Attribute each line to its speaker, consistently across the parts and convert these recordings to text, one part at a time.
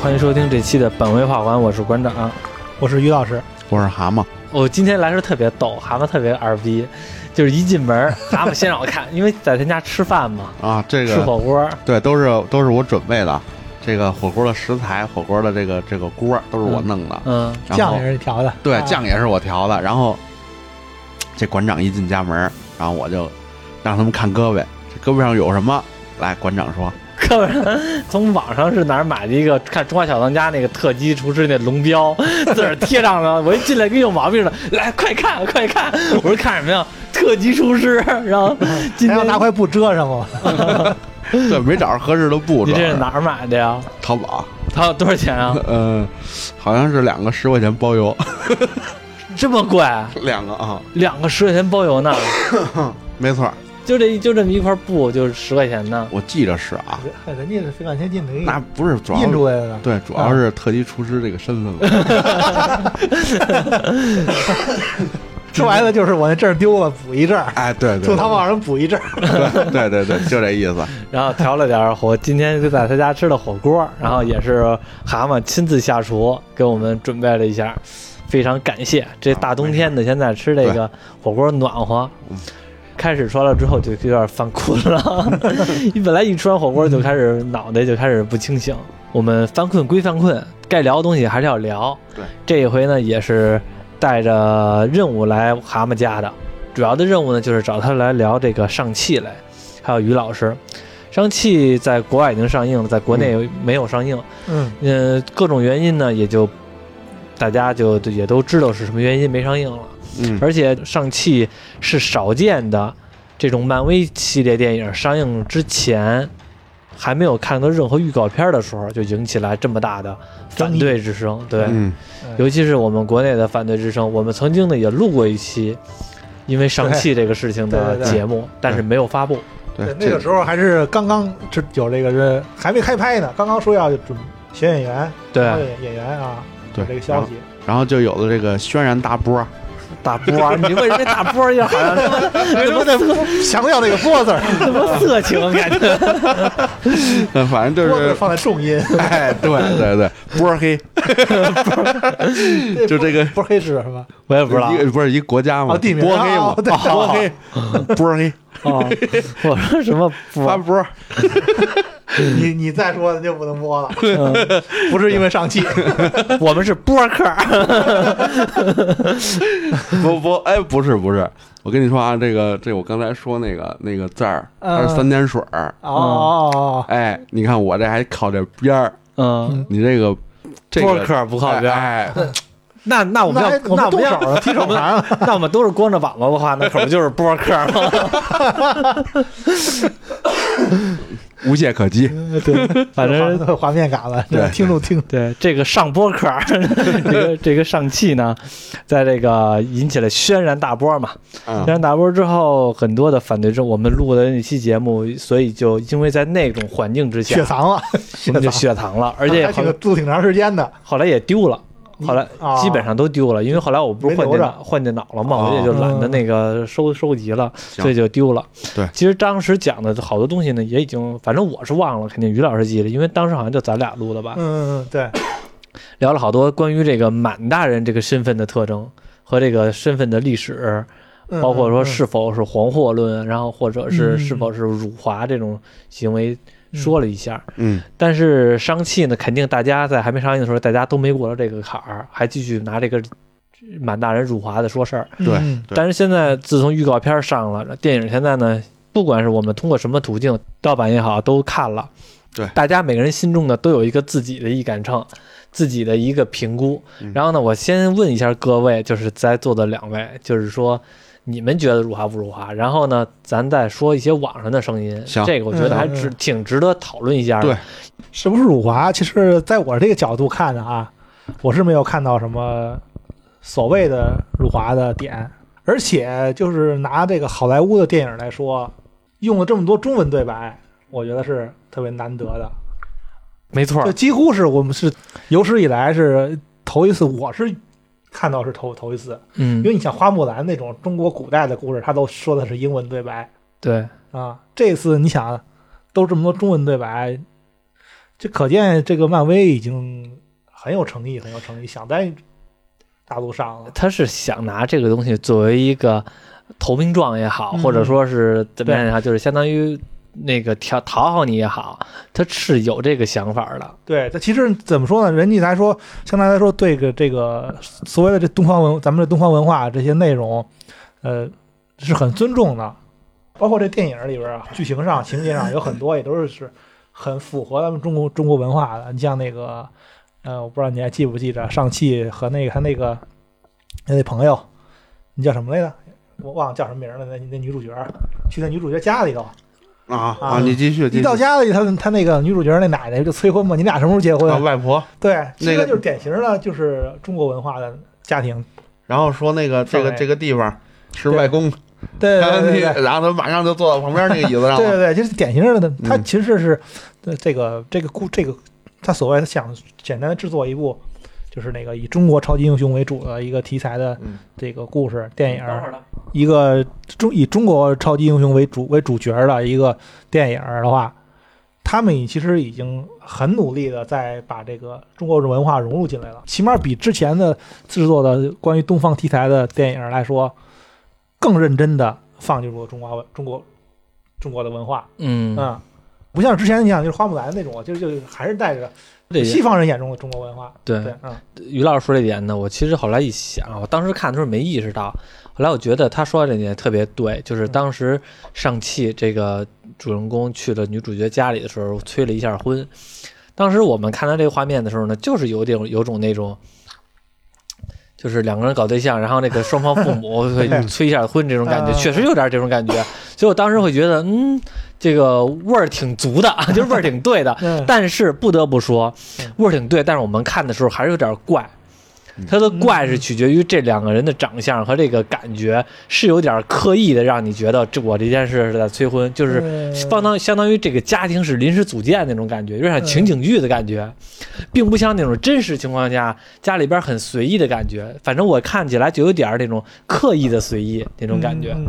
Speaker 1: 欢迎收听这期的本位画馆，我是馆长。
Speaker 2: 我是于老师，
Speaker 3: 我是蛤蟆，
Speaker 1: 我、今天来时候特别逗，蛤蟆特别二逼，就是一进门儿，蛤蟆先让我看， 因为在他家吃饭嘛，
Speaker 3: 啊，这
Speaker 1: 吃
Speaker 3: 个
Speaker 1: 火锅，
Speaker 3: 对，都是都是我准备的，这个火锅的食材，火锅的这个这个锅儿都是我弄的，
Speaker 1: 嗯，
Speaker 3: 然
Speaker 2: 酱
Speaker 3: 后
Speaker 2: 也是调的，
Speaker 3: 对
Speaker 2: 啊
Speaker 3: 酱也是我调的，然后这馆长一进家门，然后我就让他们看胳膊，这胳膊上有什么？来，馆长 说，
Speaker 1: 客人从网上是哪儿买的一个看《中华小当家》那个特级厨师那龙标， 自个儿贴上了。我一进来跟有毛病似的，来快看快看！我说看什么呀？特级厨师。然 后今
Speaker 2: 还要
Speaker 1: 天
Speaker 2: 拿块布遮上我。
Speaker 3: 对，没找着合适的布，
Speaker 1: 你
Speaker 3: 主
Speaker 1: 这
Speaker 3: 要
Speaker 1: 是
Speaker 3: 是
Speaker 1: 哪儿买的呀？
Speaker 3: 淘宝，
Speaker 1: 它多少钱 啊？
Speaker 3: 嗯、好像是两个十块钱包邮，
Speaker 1: 这么贵？
Speaker 3: 两个啊，
Speaker 1: 两个十块钱包邮呢？
Speaker 3: 没错儿，
Speaker 1: 就这就这么一块布，就是十块钱呢。
Speaker 3: 我记着是啊，
Speaker 2: 人家是费半天劲的给你
Speaker 3: 那不是主要
Speaker 2: 印啊
Speaker 3: 是
Speaker 2: 出来的，
Speaker 3: 对，主要是特级厨师这个身份 了。
Speaker 2: 说白了就是我那证儿丢了，补一证儿，
Speaker 3: 哎，对对，
Speaker 2: 从
Speaker 3: 对
Speaker 2: 淘宝上补一证儿。
Speaker 3: 对对对，就这意思。
Speaker 1: 然后调了点儿火， 今天就在他家吃的火锅，然后也是蛤蟆亲自下厨给我们准备了一下，非常感谢。这大冬天的，现在吃这个火锅暖和。开始说了之后就有点犯困了，你本来一吃完火锅就开始脑袋就开始不清醒。我们犯困归犯困，该聊的东西还是要聊。
Speaker 3: 对，
Speaker 1: 这一回呢也是带着任务来蛤蟆家的，主要的任务呢就是找他来聊这个上汽来，还有于老师。上汽在国外已经上映了，在国内没有上映。
Speaker 2: 嗯，
Speaker 1: 嗯、各种原因呢，也就大家就也都知道是什么原因没上映了。
Speaker 3: 嗯，
Speaker 1: 而且上汽是少见的这种漫威系列电影上映之前还没有看到任何预告片的时候，就引起来这么大的反对之声。对，
Speaker 3: 嗯，
Speaker 1: 尤其是我们国内的反对之声，我们曾经呢也录过一期。因为上汽这个事情的
Speaker 2: 对对对
Speaker 1: 节目，但是没有发布。
Speaker 3: 对，
Speaker 2: 那个时候还是刚刚这有这个人还没开拍呢，刚刚说要准选演员，
Speaker 1: 对
Speaker 2: 挑，演演员啊，
Speaker 3: 对
Speaker 2: 有这个消息。
Speaker 3: 这然后就有了这个轩然大波。
Speaker 1: 大波儿，你为什么大波儿一下好 像这么
Speaker 2: 为什么得强调那个“波”字儿？
Speaker 1: 这么色情啊感觉？
Speaker 3: 嗯，反正就
Speaker 2: 波字
Speaker 3: 是，
Speaker 2: 放在重音，
Speaker 3: 哎，对对对，波 黑就这个
Speaker 2: 波黑是什么？
Speaker 1: 我也不
Speaker 3: 不
Speaker 1: 知道
Speaker 3: 是一不是一国家吗？
Speaker 2: 哦地名
Speaker 3: 波黑
Speaker 2: 啊
Speaker 3: 嘛
Speaker 2: 哦，对
Speaker 3: 波黑， 波黑，
Speaker 1: 哦。我说什么波
Speaker 3: 发
Speaker 1: 儿？
Speaker 3: 波。
Speaker 2: 你你再说就不能播了，
Speaker 1: 嗯
Speaker 2: 不是因为上气，
Speaker 1: 我们是波客儿，
Speaker 3: 不不，哎，不是不是，我跟你说啊，这个这我刚才说那个那个字儿，它是
Speaker 2: 嗯
Speaker 3: 三点水儿。
Speaker 2: 哦哦哦，
Speaker 3: 哎，你看我这还靠这边儿，
Speaker 1: 嗯，
Speaker 3: 你这个这
Speaker 1: 波
Speaker 3: 个
Speaker 1: 客儿不靠边儿
Speaker 3: 哎，哎
Speaker 1: 那那我们要
Speaker 2: 哦那
Speaker 1: 那我
Speaker 2: 还啊我们
Speaker 1: 们
Speaker 2: 动手
Speaker 1: 要
Speaker 2: 了，踢手盘了。
Speaker 1: 那我们都是光着膀子的话，那可不就是波客儿吗？
Speaker 3: 无懈可击。
Speaker 2: 嗯对，
Speaker 1: 反正
Speaker 2: 有画 面感了，
Speaker 3: 对
Speaker 2: 听众听
Speaker 1: 对这个上波客儿，这个这个上汽呢，在这个引起了轩然大波嘛。
Speaker 3: 嗯
Speaker 1: 轩然大波之后，很多的反对之后，我们录的那期节目，所以就因为在那种环境之
Speaker 2: 雪
Speaker 1: 下，
Speaker 2: 藏了，
Speaker 1: 我们就
Speaker 2: 雪
Speaker 1: 雪藏了，而
Speaker 2: 藏，
Speaker 1: 且
Speaker 2: 还
Speaker 1: 后
Speaker 2: 挺住挺长时间的，
Speaker 1: 后来也丢了。
Speaker 2: 你
Speaker 1: 后来
Speaker 2: 啊
Speaker 1: 基本上都丢了，因为后来我不是
Speaker 2: 没
Speaker 1: 换
Speaker 2: 留
Speaker 1: 电
Speaker 2: 着嗯
Speaker 1: 脑换电脑了嘛，我也
Speaker 3: 哦
Speaker 1: 就懒得那个收收集了，所以就丢了。
Speaker 3: 对
Speaker 1: 其实当时讲的好多东西呢，也已经，反正我是忘了，肯定于老师记得，因为当时好像就咱俩录的吧，
Speaker 2: 嗯嗯嗯，对，
Speaker 1: 聊了好多关于这个满大人这个身份的特征和这个身份的历史，
Speaker 2: 嗯
Speaker 1: 包括说
Speaker 2: 嗯
Speaker 1: 是否是黄祸论，然后或者是
Speaker 2: 嗯
Speaker 1: 是否是辱华这种行为，
Speaker 2: 嗯
Speaker 1: 说了一下。
Speaker 3: 嗯，
Speaker 1: 但是商气呢，肯定大家在还没上映的时候，大家都没过了这个坎儿，还继续拿这个满大人辱华的说事儿。
Speaker 2: 嗯
Speaker 3: 对
Speaker 2: 嗯
Speaker 3: 对
Speaker 1: 但是现在自从预告片上了，电影现在呢，不管是我们通过什么途径，盗版也好，都看了。
Speaker 3: 对
Speaker 1: 大家每个人心中呢都有一个自己的一杆秤，自己的一个评估。
Speaker 3: 嗯
Speaker 1: 然后呢，我先问一下各位，就是在座的两位，就是说你们觉得辱华不辱华？然后呢，咱再说一些网上的声音。
Speaker 3: 行
Speaker 1: 这个我觉得还
Speaker 2: 嗯嗯
Speaker 1: 值
Speaker 2: 嗯
Speaker 1: 挺值得讨论一下的。
Speaker 3: 对
Speaker 2: 是不是辱华？其实，在我这个角度看的啊，我是没有看到什么所谓的辱华的点，而且就是拿这个好莱坞的电影来说，用了这么多中文对白，我觉得是特别难得的。
Speaker 1: 没错
Speaker 2: 就
Speaker 1: 儿，
Speaker 2: 几乎是我们是有史以来是头一次，我是看到是头头一次，
Speaker 1: 嗯
Speaker 2: 因，为你像花木兰那种中国古代的故事，它都说的是英文对白
Speaker 1: 对。
Speaker 2: 啊，这次你想都这么多中文对白，这可见这个漫威已经很有诚意，很有诚意，想在大陆上了。
Speaker 1: 他是想拿这个东西作为一个投名状也好，
Speaker 2: 嗯
Speaker 1: 或者说是怎么样也
Speaker 2: 对
Speaker 1: 好，就是相当于那个讨讨好你也好，他是有这个想法的。
Speaker 2: 对，他其实怎么说呢？人家来说，相对来说，对个这个所谓的这东方文，咱们这东方文化这些内容，呃，是很尊重的。包括这电影里边啊，剧情上、情节上有很多也都是是很符合咱们中国中国文化的。你像那个，呃，我不知道你还记不记得上汽和那个他那个他那朋友，你叫什么来着？我忘了叫什么名了。那那女主角去那女主角家里头，啊
Speaker 3: 啊啊！你继续，继
Speaker 2: 一
Speaker 3: 续
Speaker 2: 到家里，他他那个女主角那奶奶就催婚嘛，你俩什么时候结婚？
Speaker 3: 啊外婆，
Speaker 2: 对，其
Speaker 3: 那
Speaker 2: 实
Speaker 3: 个
Speaker 2: 就是典型的，就是中国文化的家 庭。
Speaker 3: 然后说那个这
Speaker 2: 上
Speaker 3: 个
Speaker 2: 来
Speaker 3: 这个地方是
Speaker 2: 对
Speaker 3: 外公，
Speaker 2: 对 对对对对
Speaker 3: 然后他马上就坐到旁边那个椅子上
Speaker 2: 对
Speaker 3: 了。
Speaker 2: 对，就是典型的。他
Speaker 3: 嗯
Speaker 2: 其实是呃这个这个故这个他所谓的想简单的制作一部，就是那个以中国超级英雄为主的一个题材的
Speaker 3: 嗯
Speaker 2: 这个故事电影，
Speaker 1: 等会儿呢
Speaker 2: 一个中以中国超级英雄为主为主角的一个电影的话。他们其实已经很努力的在把这个中国文化融入进来了，起码比之前的制作的关于东方题材的电影来说，更认真的放进入了中华文中国中国的文化，
Speaker 1: 嗯，
Speaker 2: 嗯，不像之前你想就是花木兰那种，就就还是带着
Speaker 1: 这
Speaker 2: 西方人眼中的中国文化，
Speaker 1: 对
Speaker 2: 对，嗯，
Speaker 1: 于老师说这点呢，我其实后来一想，我当时看的时候没意识到，后来我觉得他说的这点特别对，就是当时上汽这个主人公去了女主角家里的时候，催了一下婚。当时我们看到这个画面的时候呢，就是有点有种那种，就是两个人搞对象，然后那个双方父母会催一下婚这种感觉，
Speaker 2: 嗯
Speaker 1: 确实有点这种感觉。所以我当时会觉得，嗯，这个味儿挺足的， 就是味儿挺对的。
Speaker 2: 嗯
Speaker 1: 但是不得不说
Speaker 2: 嗯，
Speaker 1: 味儿挺对，但是我们看的时候还是有点怪
Speaker 3: 嗯。
Speaker 1: 他的怪是取决于这两个人的长相和这个感觉，是有点刻意的让你觉得这我这件事是在催婚，就是相当相当于这个家庭是临时组建那种感觉，有点像情景剧的感觉，并不像那种真实情况下家里边很随意的感觉。反正我看起来就有点那种刻意的随意那
Speaker 2: 这
Speaker 1: 种感觉。
Speaker 2: 嗯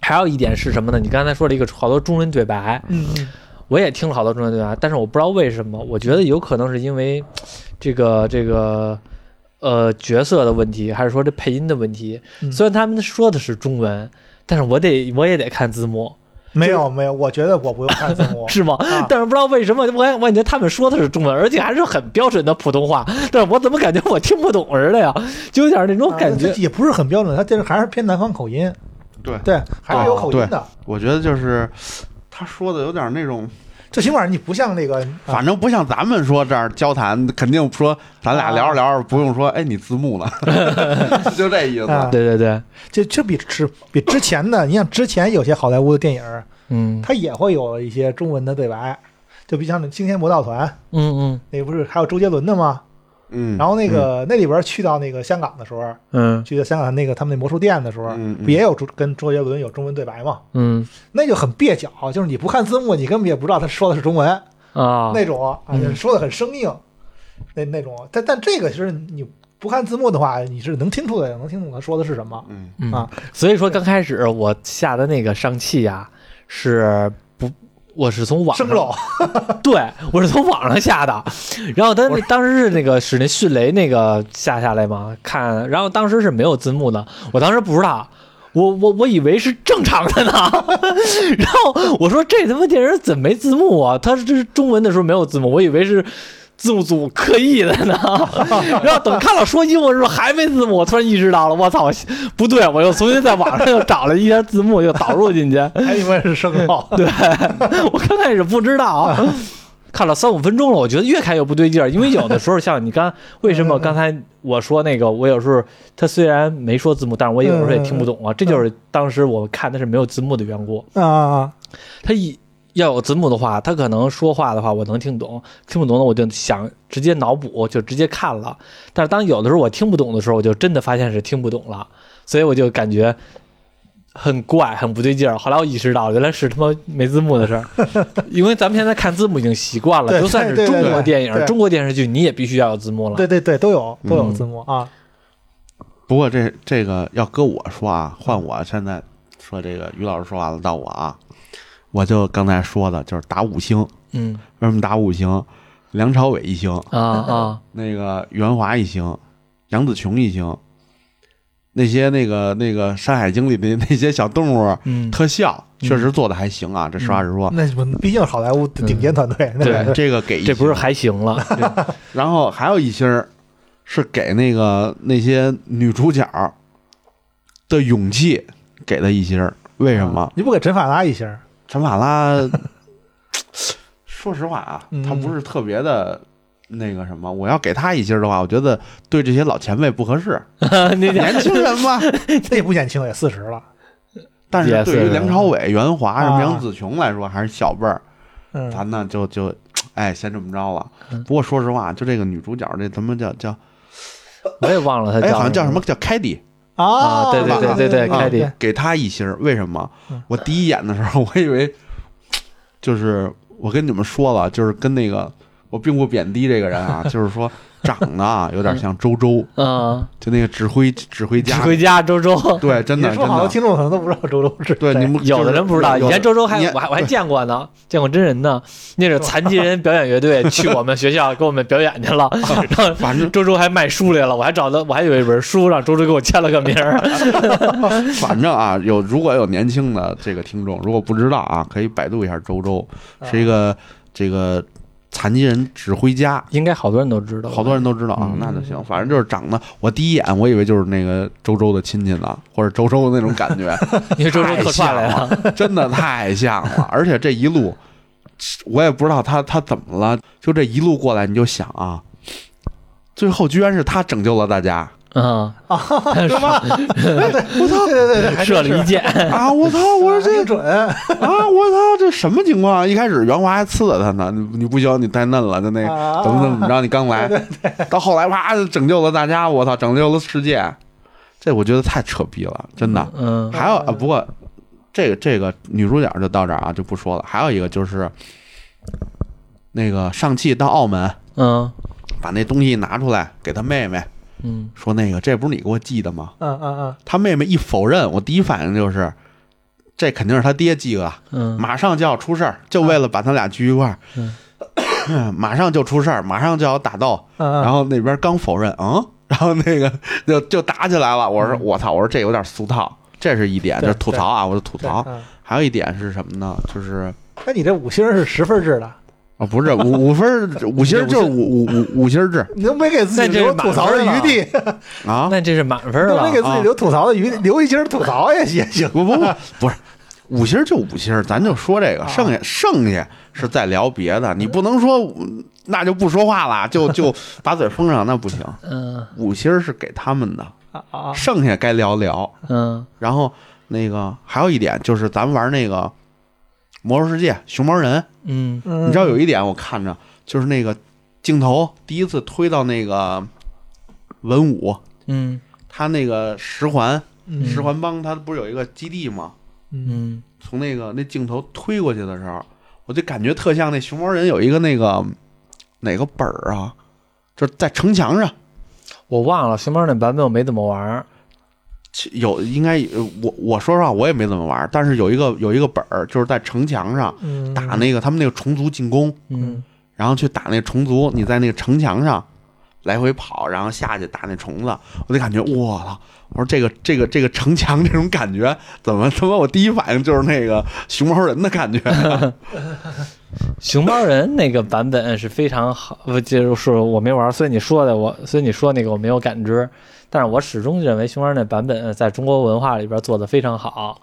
Speaker 1: 还有一点是什么呢？你刚才说了一个好多中文对白，
Speaker 2: 嗯嗯
Speaker 1: 我也听了好多中文对白，但是我不知道为什么，我觉得有可能是因为这个这个呃角色的问题，还是说这配音的问题。
Speaker 2: 嗯
Speaker 1: 虽然他们说的是中文，但是我得我也得看字幕，，
Speaker 2: 没有没有，我觉得我不用看字 幕
Speaker 1: 是吗？
Speaker 2: 啊
Speaker 1: 但是不知道为什么，我我感觉他们说的是中文，而且还是很标准的普通话，但是我怎么感觉我听不懂似的呀？就有点那种
Speaker 2: 啊
Speaker 1: 感觉
Speaker 2: 这。也不是很标准，他这还是偏南方口音，
Speaker 3: 对
Speaker 2: 对，还是
Speaker 3: 啊
Speaker 2: 有口音的。
Speaker 3: 我觉得就是他说的有点那种，
Speaker 2: 最起码你不像那个，啊
Speaker 3: 反正不像咱们说这儿交谈，肯定说咱
Speaker 2: 啊
Speaker 3: 俩聊着聊着不用说，哎，你字 幕呢，就这意思。
Speaker 2: 啊
Speaker 1: 对对对，
Speaker 2: 这这比之比之前的，你像之前有些好莱坞的电影，
Speaker 1: 嗯
Speaker 2: 它也会有一些中文的对白，就比像那《惊天魔盗团》，
Speaker 1: 嗯
Speaker 2: 那不是还有周杰伦的吗？
Speaker 3: 嗯，
Speaker 2: 然后那个、那里边去到那个香港的时候，
Speaker 1: 嗯
Speaker 2: 去到香港那个他们那魔术店的时候，
Speaker 3: 嗯嗯
Speaker 2: 不也有中跟周杰伦有中文对白吗？
Speaker 1: 嗯
Speaker 2: 那就很蹩脚，就是你不看字幕，你根本也不知道他说的是中文、
Speaker 1: 嗯啊，
Speaker 2: 那种啊，
Speaker 1: 嗯
Speaker 2: 就是说的很生硬，那那种。但但这个是你不看字幕的话，你是能听出来的，能听懂他说的是什么。
Speaker 3: 嗯，
Speaker 1: 嗯
Speaker 2: 啊
Speaker 1: 所以说刚开始我下的那个上汽呀、是不，我是从网
Speaker 2: 生
Speaker 1: 上
Speaker 2: 肉，
Speaker 1: 对我是从网上下的，然后他
Speaker 2: 我
Speaker 1: 当时是那个使那迅雷那个下下来嘛看，然后当时是没有字幕的，我当时不知道。我我我以为是正常的呢， 然后我说这他妈电影怎么没字幕啊？他这是中文的时候没有字幕，我以为是字幕组刻意的呢。 然后等看到说英文的时候还没字幕，我突然意识到了，我操，不对，我又重新在网上又找了一下字幕，又导入进去。
Speaker 2: 还以为是生肉。
Speaker 1: 对 我刚开始不知道，啊看了三五分钟了，我觉得越看越不对劲儿，因为有的时候像你刚为什么刚才我说那个，我有时候他虽然没说字幕，但是我有时候也听不懂啊，这就是当时我看的是没有字幕的缘故。
Speaker 2: 啊啊啊！
Speaker 1: 他一要有字幕的话，他可能说话的话我能听懂，听不懂的我就想直接脑补，就直接看了。但是当有的时候我听不懂的时候，我就真的发现是听不懂了，所以我就感觉很怪，很不对劲儿。后来我意识到，原来是他妈没字幕的事儿，因为咱们现在看字幕已经习惯了，
Speaker 2: 对
Speaker 1: 就算是
Speaker 2: 对对
Speaker 1: 中国
Speaker 2: 对
Speaker 1: 电影
Speaker 2: 对、
Speaker 1: 中国电视剧，你也必须要有字幕了。
Speaker 2: 对对对，都有都有
Speaker 1: 嗯
Speaker 2: 字幕啊。
Speaker 3: 不过这这个要搁我说啊，换我现在说这个于老师说完了，到我啊，我就刚才说的就是打五星，
Speaker 1: 嗯
Speaker 3: 为什么打五星？梁朝伟一星，
Speaker 1: 啊啊，
Speaker 3: 那个袁华一星，杨紫琼一星，那些那个那个《山海经》里的那些小动物
Speaker 1: 嗯，
Speaker 3: 特效
Speaker 1: 嗯
Speaker 3: 确实做的还行啊，这实话实说。
Speaker 2: 那不毕竟是好莱坞的顶尖团队，那
Speaker 1: 对
Speaker 2: 个
Speaker 3: 这个给一
Speaker 1: 这不是
Speaker 3: 星
Speaker 1: 还行了，
Speaker 3: 然后还有一星儿是给那个那些女主角的勇气给了一星儿，为什
Speaker 1: 啊
Speaker 3: 么？
Speaker 2: 你不给陈法拉一星儿？
Speaker 3: 陈法拉， 说实话啊，
Speaker 2: 嗯
Speaker 3: 他不是特别的。那个什么，我要给他一星儿的话，我觉得对这些老前辈不合适，
Speaker 1: 你
Speaker 3: 年轻人嘛。
Speaker 2: 那也不年轻了，也四十了。
Speaker 3: 但是
Speaker 1: 也
Speaker 3: 对于
Speaker 1: 是
Speaker 3: 梁朝伟、袁华什么
Speaker 2: 啊
Speaker 3: 杨紫琼来说，还是小辈儿，
Speaker 2: 嗯，
Speaker 3: 咱呢就就，哎，先这么着了
Speaker 1: 嗯。
Speaker 3: 不过说实话，就这个女主角，这他妈叫叫，
Speaker 1: 我也忘了他
Speaker 3: 哎，
Speaker 1: 叫
Speaker 3: 好像叫什么叫凯蒂，
Speaker 1: 啊
Speaker 2: 啊
Speaker 1: 对对
Speaker 3: 对
Speaker 1: 对对
Speaker 2: 啊
Speaker 1: 凯蒂
Speaker 3: 给她一星儿，为什么
Speaker 2: 嗯？
Speaker 3: 我第一眼的时候，我以为就是我跟你们说了，就是跟那个我并不贬低这个人啊，就是说长得啊有点像周周，
Speaker 1: 嗯，
Speaker 3: 就那个指挥指挥
Speaker 1: 指
Speaker 3: 家，
Speaker 1: 挥嗯家周周，
Speaker 3: 对，真
Speaker 2: 你
Speaker 3: 的真
Speaker 2: 说好多
Speaker 3: 的，
Speaker 2: 听众可能都不知道周周是
Speaker 3: 对
Speaker 2: 谁
Speaker 3: 你们
Speaker 1: 有的人不知道，
Speaker 3: 就是
Speaker 1: 以前周周还
Speaker 3: 你
Speaker 1: 我还我还见过呢，见过真人呢。那是残疾人表演乐 队去我们学校给我们表演去了，然后
Speaker 3: 反正
Speaker 1: 周周还卖书来了，我还找到我还有一本书，让周周给我签了个名儿。
Speaker 3: 反正啊，有如果有年轻的这个听众，如果不知道啊，可以百度一下周周，
Speaker 1: 啊
Speaker 2: 啊
Speaker 3: 是一个这个残疾人指挥家，
Speaker 1: 应该好多人都知道，
Speaker 3: 好多人都知道啊
Speaker 1: 嗯。
Speaker 3: 那就行，反正就是长得，我第一眼我以为就是那个周周的亲戚呢，或者周周的那种感 觉，
Speaker 1: 因为周周特帅
Speaker 3: 太
Speaker 1: 呀，
Speaker 3: 真的太像了。而且这一路，我也不知道他他怎么了，就这一路过来，你就想啊，最后居然是他拯救了 大家。
Speaker 1: 嗯，
Speaker 2: 对对对对，还
Speaker 1: 射
Speaker 2: 真
Speaker 1: 了
Speaker 2: 是
Speaker 1: 一 箭，
Speaker 3: 啊！我操！我
Speaker 2: 还
Speaker 3: 说这
Speaker 2: 挺准，
Speaker 3: 啊！我操，这什么情况啊？一开始袁华还呲了他呢，你你不行，你太嫩了，就那个
Speaker 2: 啊
Speaker 3: 怎么怎么着，你刚来，到后来哇，拯救了大家，我操，拯救了世界，这我觉得太扯逼了，真的。
Speaker 1: 嗯
Speaker 3: 还有啊，不过这个这个女主角就到这儿啊，就不说了。还有一个就是那个上汽到澳门
Speaker 1: 嗯
Speaker 3: 把那东西拿出来给他妹妹，
Speaker 1: 嗯
Speaker 3: 说那个这不是你给我寄的吗？
Speaker 2: 嗯嗯嗯，
Speaker 3: 他妹妹一否认，我第一反应就是这肯定是他爹寄的。
Speaker 1: 嗯，
Speaker 3: 马上就要出事儿，就为了把他俩聚一块儿， 马上就出事儿，马上就要打斗。
Speaker 2: 嗯嗯，
Speaker 3: 然后那边刚否认，嗯， 然后那个就就打起来了。我说我操，我说这有点俗套，这是一点，
Speaker 2: 对
Speaker 3: 这吐槽啊，我就吐
Speaker 2: 对
Speaker 3: 槽。
Speaker 2: 嗯
Speaker 3: 还有一点是什么呢？就是
Speaker 2: 那你这五星是十分制的，
Speaker 3: 哦，不是五五分儿五星儿就是五五五五星儿制
Speaker 2: 你都没给自己
Speaker 1: 那这是
Speaker 2: 留吐槽的余地，
Speaker 3: 啊，
Speaker 1: 那这是满分
Speaker 2: 都
Speaker 1: 了
Speaker 2: 没给自己
Speaker 3: 啊
Speaker 2: 留吐槽的余地，留一星吐槽也也行。
Speaker 3: 不不不不是。五星儿就五星儿，咱就说这个，
Speaker 2: 啊
Speaker 3: 剩下剩下是再聊别的，你不能说嗯那就不说话了，就就把嘴封上，那不行。
Speaker 1: 嗯
Speaker 3: 五星儿是给他们的，
Speaker 2: 啊啊
Speaker 3: 剩下该聊聊。
Speaker 1: 嗯
Speaker 3: 然后那个还有一点就是，咱们玩那个《魔兽世界》熊猫人，
Speaker 1: 嗯
Speaker 2: 嗯，
Speaker 3: 你知道有一点我看着就是那个镜头第一次推到那个文武，
Speaker 1: 嗯
Speaker 3: 他那个十环
Speaker 2: 嗯
Speaker 3: 十环帮，他不是有一个基地吗？
Speaker 2: 嗯
Speaker 1: 嗯
Speaker 3: 从那个那镜头推过去的时候，我就感觉特像那熊猫人有一个那个哪个本儿啊，就是在城墙上。
Speaker 1: 我忘了熊猫那版本我没怎么玩儿，
Speaker 3: 其有应该呃我我说实话我也没怎么玩儿，但是有一个有一个本儿，就是在城墙上
Speaker 2: 嗯
Speaker 3: 打那个他们那个虫族进攻，
Speaker 1: 嗯
Speaker 3: 然后去打那虫族，你在那个城墙上来回跑，然后下去打那虫子，我就感觉我操！我说这个这个这个城墙这种感觉，怎么他妈我第一反应就是那个熊猫人的感 觉，
Speaker 1: 熊猫人那个版本是非常好，不就是我没玩儿，所以你说的我，所以你说那个我没有感知，但是我始终认为熊猫人那版本在中国文化里边做的非常好，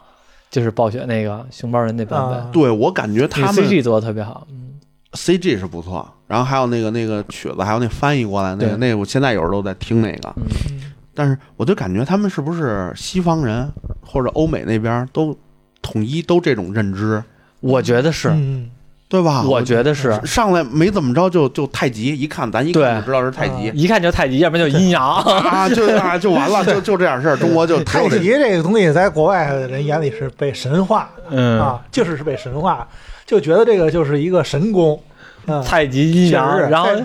Speaker 1: 就是暴雪那个熊猫人那版本，
Speaker 2: 啊
Speaker 3: 对我感觉
Speaker 1: 那个
Speaker 3: 他们
Speaker 1: CG 做的特别好，嗯
Speaker 3: CG 是不错，然后还有那个那个曲子，还有那翻译过来那
Speaker 1: 对
Speaker 3: 个那个，我现在有时候都在听那个，
Speaker 1: 嗯
Speaker 3: 但是我就感觉他们是不是西方人或者欧美那边都统一都这种认知，
Speaker 1: 我觉得是，
Speaker 2: 嗯
Speaker 3: 对吧？
Speaker 1: 我觉得是，
Speaker 3: 上来没怎么着就就太极，一看咱一看
Speaker 1: 对
Speaker 3: 就知道是太极
Speaker 1: 一看就太极，要不然就阴阳，
Speaker 3: 啊，就啊就完了，就就这点事儿。中国就只
Speaker 2: 太
Speaker 3: 有这
Speaker 2: 极这个东西在国外的人眼里是被神化
Speaker 1: 嗯，
Speaker 2: 啊，就是是被神化，就觉得这个就是一个神功。嗯，
Speaker 1: 太极阴阳
Speaker 2: 确实，是
Speaker 1: 然后
Speaker 2: 太。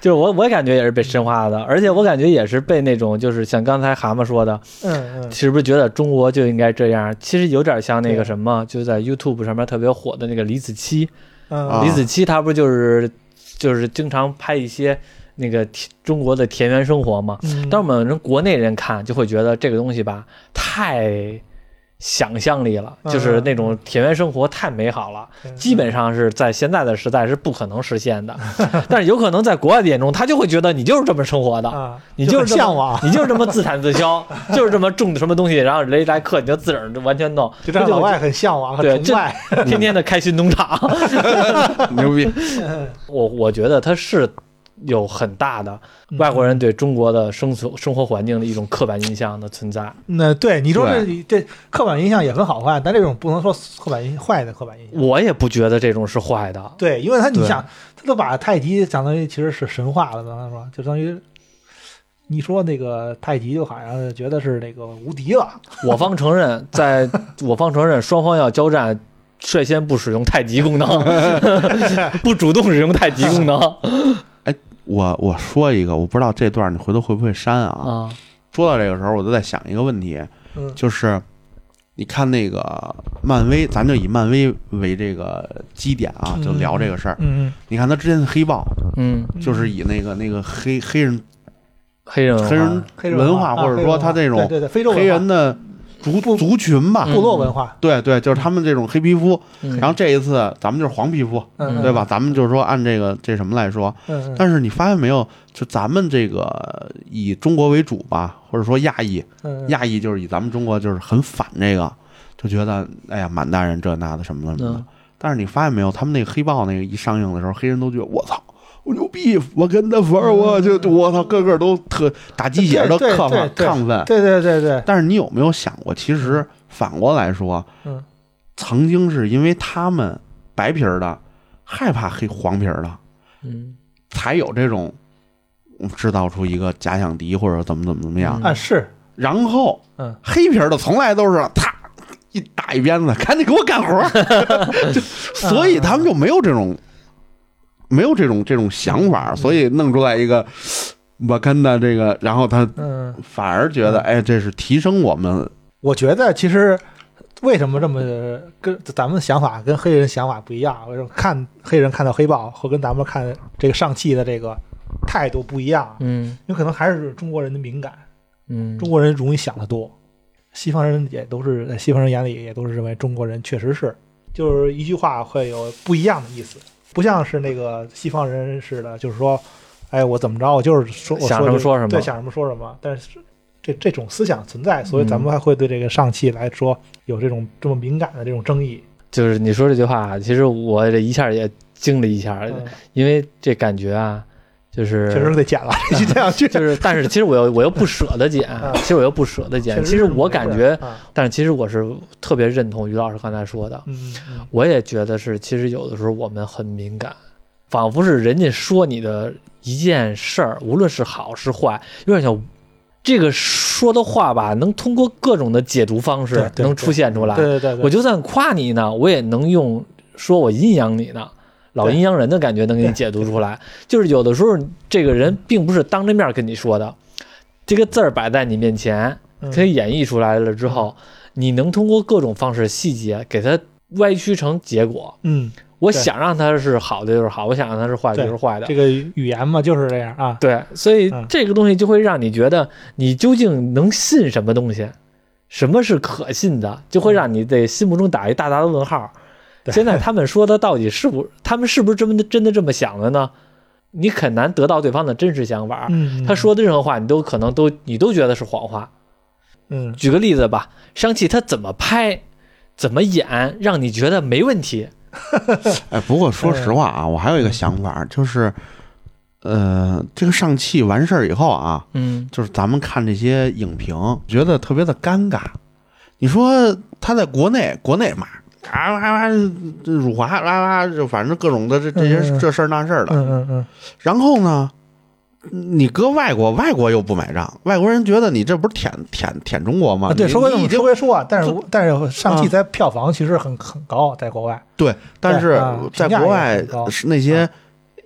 Speaker 1: 就是我，我感觉也是被神化的，而且我感觉也是被那种，就是像刚才蛤蟆说的，
Speaker 2: 嗯嗯
Speaker 1: 是不是觉得中国就应该这样？其实有点像那个
Speaker 2: 对
Speaker 1: 什么，就在 YouTube 上面特别火的那个李子柒，
Speaker 2: 嗯
Speaker 3: 啊
Speaker 1: 李子柒他不就是就是经常拍一些那个田中国的田园生活嘛？
Speaker 2: 嗯
Speaker 1: 但我们人国内人看就会觉得这个东西吧太想象力了，
Speaker 2: 嗯
Speaker 1: 就是那种田园生活太美好了，
Speaker 2: 嗯
Speaker 1: 基本上是在现在的时代是不可能实 现的。但是有可能在国外的眼中，他就会觉得你就是这么生活的。
Speaker 2: 啊，
Speaker 1: 你
Speaker 2: 就
Speaker 1: 就是
Speaker 2: 很
Speaker 1: 这么
Speaker 2: 向往，
Speaker 1: 你就是这么自产自 销，就是这么种什么东西，然后人一来客你就自个儿就完全弄，
Speaker 2: 就让老外很嗯向往、
Speaker 1: 对
Speaker 2: 很崇拜。
Speaker 1: 天天的开心农场。
Speaker 3: 牛逼，
Speaker 1: 我我觉得它是有很大的
Speaker 2: 嗯
Speaker 1: 外国人对中国的生存生活环境的一种刻板印象的存在。
Speaker 2: 那对你说这这刻板印象也分好坏，但这种不能说刻板印坏的刻板印象。
Speaker 1: 我也不觉得这种是坏的，
Speaker 2: 对，因为他你
Speaker 3: 对
Speaker 2: 想，他都把太极相当于其实是神话了，当然说就等于你说那个太极就好像觉得是那个无敌了，
Speaker 1: 我方承认，在我方承认双方要交战。率先不使用太极功能， 不主动使用太极功 能
Speaker 3: 我我说一个，我不知道这段你回头会不会删啊？
Speaker 1: 啊，
Speaker 3: 说到这个时候，我就在想一个问题，
Speaker 2: 嗯
Speaker 3: 就是你看那个漫威，咱就以漫威为这个基点啊，
Speaker 2: 嗯
Speaker 3: 就聊这个事儿。
Speaker 2: 嗯，
Speaker 3: 你看他之前的黑豹，
Speaker 1: 嗯，
Speaker 2: 嗯
Speaker 3: 就是以那个那个黑黑人
Speaker 1: 黑人文化
Speaker 3: 黑人
Speaker 2: 嗯黑人
Speaker 3: 文化，
Speaker 2: 啊
Speaker 3: 或
Speaker 2: 黑
Speaker 3: 者
Speaker 2: 人
Speaker 3: 说
Speaker 2: 文化
Speaker 3: 他这
Speaker 2: 对
Speaker 3: 种
Speaker 2: 对对非洲文
Speaker 3: 黑
Speaker 2: 化嗯
Speaker 3: 人的族族群吧
Speaker 1: 嗯，
Speaker 2: 部落文化，
Speaker 3: 对对，就是他们这种黑皮肤。
Speaker 1: 嗯
Speaker 3: 然后这一次咱们就是黄皮肤，
Speaker 2: 嗯，
Speaker 3: 对吧？？咱们就是说按这个这什么来说，
Speaker 2: 嗯，
Speaker 3: 但是你发现没有，就咱们这个以中国为主吧，或者说亚裔，
Speaker 2: 是
Speaker 3: 亚裔就是以咱们中国就是很反这个，就觉得哎呀满大人这那的什么的什么的
Speaker 1: 嗯。
Speaker 3: 但是你发现没有，他们那个黑豹那个一上映的时候，黑人都觉得我操。我牛逼！我跟他玩儿，我就我操，个个都特打鸡血，
Speaker 2: 对
Speaker 3: 都
Speaker 2: 嗯对
Speaker 3: 亢奋
Speaker 2: 对对
Speaker 3: 亢奋。
Speaker 2: 对对对对，
Speaker 3: 但是你有没有想过，其实反过来说，
Speaker 2: 嗯，
Speaker 3: 曾经是因为他们白皮儿的害怕黑黄皮儿的，
Speaker 1: 嗯
Speaker 3: 才有这种嗯制造出一个假想敌或者怎么怎么怎么样。
Speaker 1: 嗯
Speaker 2: 啊是，
Speaker 3: 然后，
Speaker 2: 嗯，
Speaker 3: 黑皮儿的从来都是他一打一鞭子，赶紧给我干活儿，就所以他们就没有这种没有这种这种想法，所以弄出来一个我跟的这个，然后他
Speaker 2: 嗯，
Speaker 3: 反而觉得，哎，这是提升我们。
Speaker 2: 我觉得其实为什么这么跟咱们的想法跟黑人想法不一样？为什么看黑人看到黑豹和跟咱们看这个上汽的这个态度不一样？
Speaker 1: 嗯
Speaker 2: 有可能还是中国人的敏感，
Speaker 1: 嗯，
Speaker 2: 中国人容易想得多，西方人也都是在西方人眼里也都是认为中国人确实是，就是一句话会有不一样的意思，不像是那个西方人似的，就是说，哎，我怎么着，我就是说，我
Speaker 1: 想什么
Speaker 2: 说
Speaker 1: 说
Speaker 2: 这
Speaker 1: 什么
Speaker 2: 对，想什么说什么。但是这这种思想存在，所以咱们还会对这个上汽来说有这种这么敏感的这种争议。
Speaker 1: 就是你说这句话，其实我这一下也惊了一下，
Speaker 2: 嗯
Speaker 1: 因为这感觉啊，就是
Speaker 2: 确实 得剪了，一这样去，
Speaker 1: 就是，但是其实我又我又不舍得剪
Speaker 2: 啊，
Speaker 1: 其实我又不舍得剪。
Speaker 2: 确
Speaker 1: 其
Speaker 2: 是
Speaker 1: 实
Speaker 2: 这么
Speaker 1: 我
Speaker 2: 回事
Speaker 1: 感觉，
Speaker 2: 啊
Speaker 1: 但是其实我是特别认同于老师刚才说的，
Speaker 2: 嗯嗯
Speaker 1: 我也觉得是，其实有的时候我们很敏感，仿佛是人家说你的一件事儿，无论是好是坏，有点像这个说的话吧，能通过各种的解读方
Speaker 2: 对
Speaker 1: 式
Speaker 2: 对
Speaker 1: 能出现出来
Speaker 2: 嗯，。对对对，
Speaker 1: 我就算夸你呢，我也能用说我阴阳你呢，老
Speaker 2: 对
Speaker 1: 阴阳人的感觉能给你解读出来。就是有的时候这个人并不是当着面跟你说的，这个字儿摆在你面前，
Speaker 2: 嗯
Speaker 1: 可以演绎出来了之后，你能通过各种方式细节给它歪曲成结果。
Speaker 2: 嗯，
Speaker 1: 我
Speaker 2: 对
Speaker 1: 想让它是好的就是好，我想让它是坏的就是坏的
Speaker 2: 这。个语言嘛就是这样啊，
Speaker 1: 对，所以
Speaker 2: 嗯
Speaker 1: 这个东西就会让你觉得你究竟能信什么东西，什么是可信的，就
Speaker 2: 嗯
Speaker 1: 会让你在心目中打一大大的问号。
Speaker 2: 对
Speaker 1: 现在他们说的到底是不，他们是不是真的真的这么想的呢？你很难得到对方的真实想法。
Speaker 2: 嗯，嗯
Speaker 1: 他，说的任何话，你都可能都你都觉得是谎话。
Speaker 2: 嗯
Speaker 1: 举个例子吧，上汽他怎么拍，怎么演，让你觉得没问题？
Speaker 3: 哎，不过说实话啊，我还有一个想法，就是，呃，这个上汽完事儿以后啊，
Speaker 1: 嗯
Speaker 3: 就是咱们看这些影评，觉得特别的尴尬。你说他在国内，国内嘛，啊哇哇，这辱华哇哇，就反正各种的这这
Speaker 2: 嗯
Speaker 3: 些
Speaker 2: 嗯
Speaker 3: 这事儿那事儿的。
Speaker 2: 嗯嗯嗯，
Speaker 3: 然后呢，你搁外国，外国又不买账，外国人觉得你这不是舔舔舔中国吗？
Speaker 2: 啊，对，
Speaker 3: 你
Speaker 2: 说归这
Speaker 3: 你已
Speaker 2: 么
Speaker 3: 经
Speaker 2: 说归说啊，但是
Speaker 3: 这
Speaker 2: 但是上汽
Speaker 3: 啊
Speaker 2: 在票房其实很很高，在国外，
Speaker 3: 对，但是
Speaker 2: 啊
Speaker 3: 在
Speaker 2: 评价
Speaker 3: 国
Speaker 2: 也
Speaker 3: 外
Speaker 2: 很高啊
Speaker 3: 是那些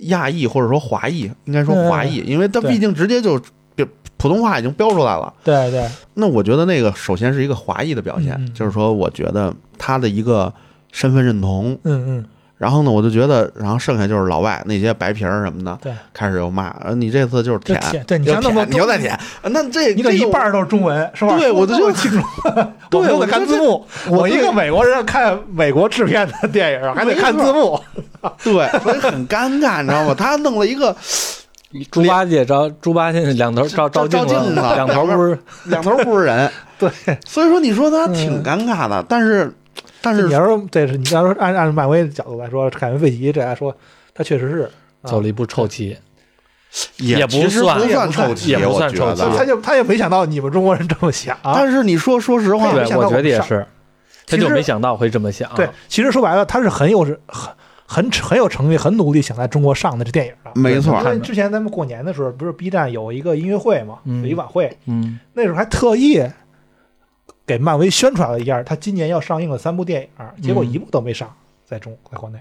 Speaker 3: 亚裔或者说华裔，应该说
Speaker 2: 嗯
Speaker 3: 华裔，因为他
Speaker 2: 对
Speaker 3: 毕竟直接就标普通话已经标出来了。
Speaker 2: 对对，
Speaker 3: 那我觉得那个首先是一个华裔的表现，
Speaker 2: 嗯嗯
Speaker 3: 就是说，我觉得他的一个身份认同，
Speaker 2: 嗯嗯，
Speaker 3: 然后呢，我就觉得，然后剩下就是老外那些白皮儿什么的，
Speaker 2: 对，
Speaker 3: 开始又骂，呃，你这次就是
Speaker 2: 就
Speaker 3: 舔，
Speaker 2: 舔，对你
Speaker 3: 又
Speaker 2: 像那么
Speaker 3: 舔，你又在舔，，呃那这
Speaker 2: 你得
Speaker 3: 这
Speaker 2: 一
Speaker 3: 个我
Speaker 2: 半儿都是中文，是吧？
Speaker 3: 对我就
Speaker 2: 这么清楚。
Speaker 3: 对
Speaker 2: 我们都得
Speaker 3: 我就
Speaker 2: 看
Speaker 3: 这
Speaker 2: 字幕。
Speaker 3: 我
Speaker 2: 我一
Speaker 3: 对
Speaker 2: 个美国人看美国制片的电影，还得看字幕。
Speaker 3: 对，所以很尴尬，你知道吗？他弄了一 个
Speaker 1: 猪八戒照猪八戒两头照
Speaker 3: 照
Speaker 1: 镜
Speaker 3: 照镜子
Speaker 1: 两头不是
Speaker 3: 两头不是人，
Speaker 2: 对，嗯
Speaker 3: 所以说你说他挺尴尬的，但是但
Speaker 2: 你
Speaker 3: 是
Speaker 2: 要说这是你要说按按漫威的角度来说，凯文费奇这来说，他确实是 啊
Speaker 1: 走了一步臭棋，也不
Speaker 3: 其实
Speaker 1: 算
Speaker 3: 不
Speaker 2: 也
Speaker 3: 算
Speaker 2: 不算
Speaker 3: 臭棋，
Speaker 1: 也不
Speaker 3: 我
Speaker 1: 算
Speaker 3: 觉
Speaker 1: 臭棋
Speaker 3: 得
Speaker 2: 他就他也没想到你们中国人这么想。啊
Speaker 3: 但是你说说实话
Speaker 2: 没
Speaker 1: 对，，
Speaker 2: 啊想到
Speaker 1: 我觉
Speaker 2: 我
Speaker 1: 得也
Speaker 2: 上
Speaker 1: 是，他
Speaker 2: 其
Speaker 1: 就
Speaker 2: 实
Speaker 1: 没想到会这么想。
Speaker 3: 啊
Speaker 2: 对，其实说白了，他是很有是很很很有诚意、很努力想在中国上的这电影的。
Speaker 3: 没错
Speaker 2: 因，为之前咱们过年的时候，不是 B 站有一个音乐会嘛，
Speaker 1: 嗯
Speaker 2: 有一晚会，
Speaker 1: 嗯，
Speaker 2: 那时候还特意给漫威宣传了一下，他今年要上映的三部电影，结果一部都没上，在中
Speaker 1: 嗯
Speaker 2: 在国内，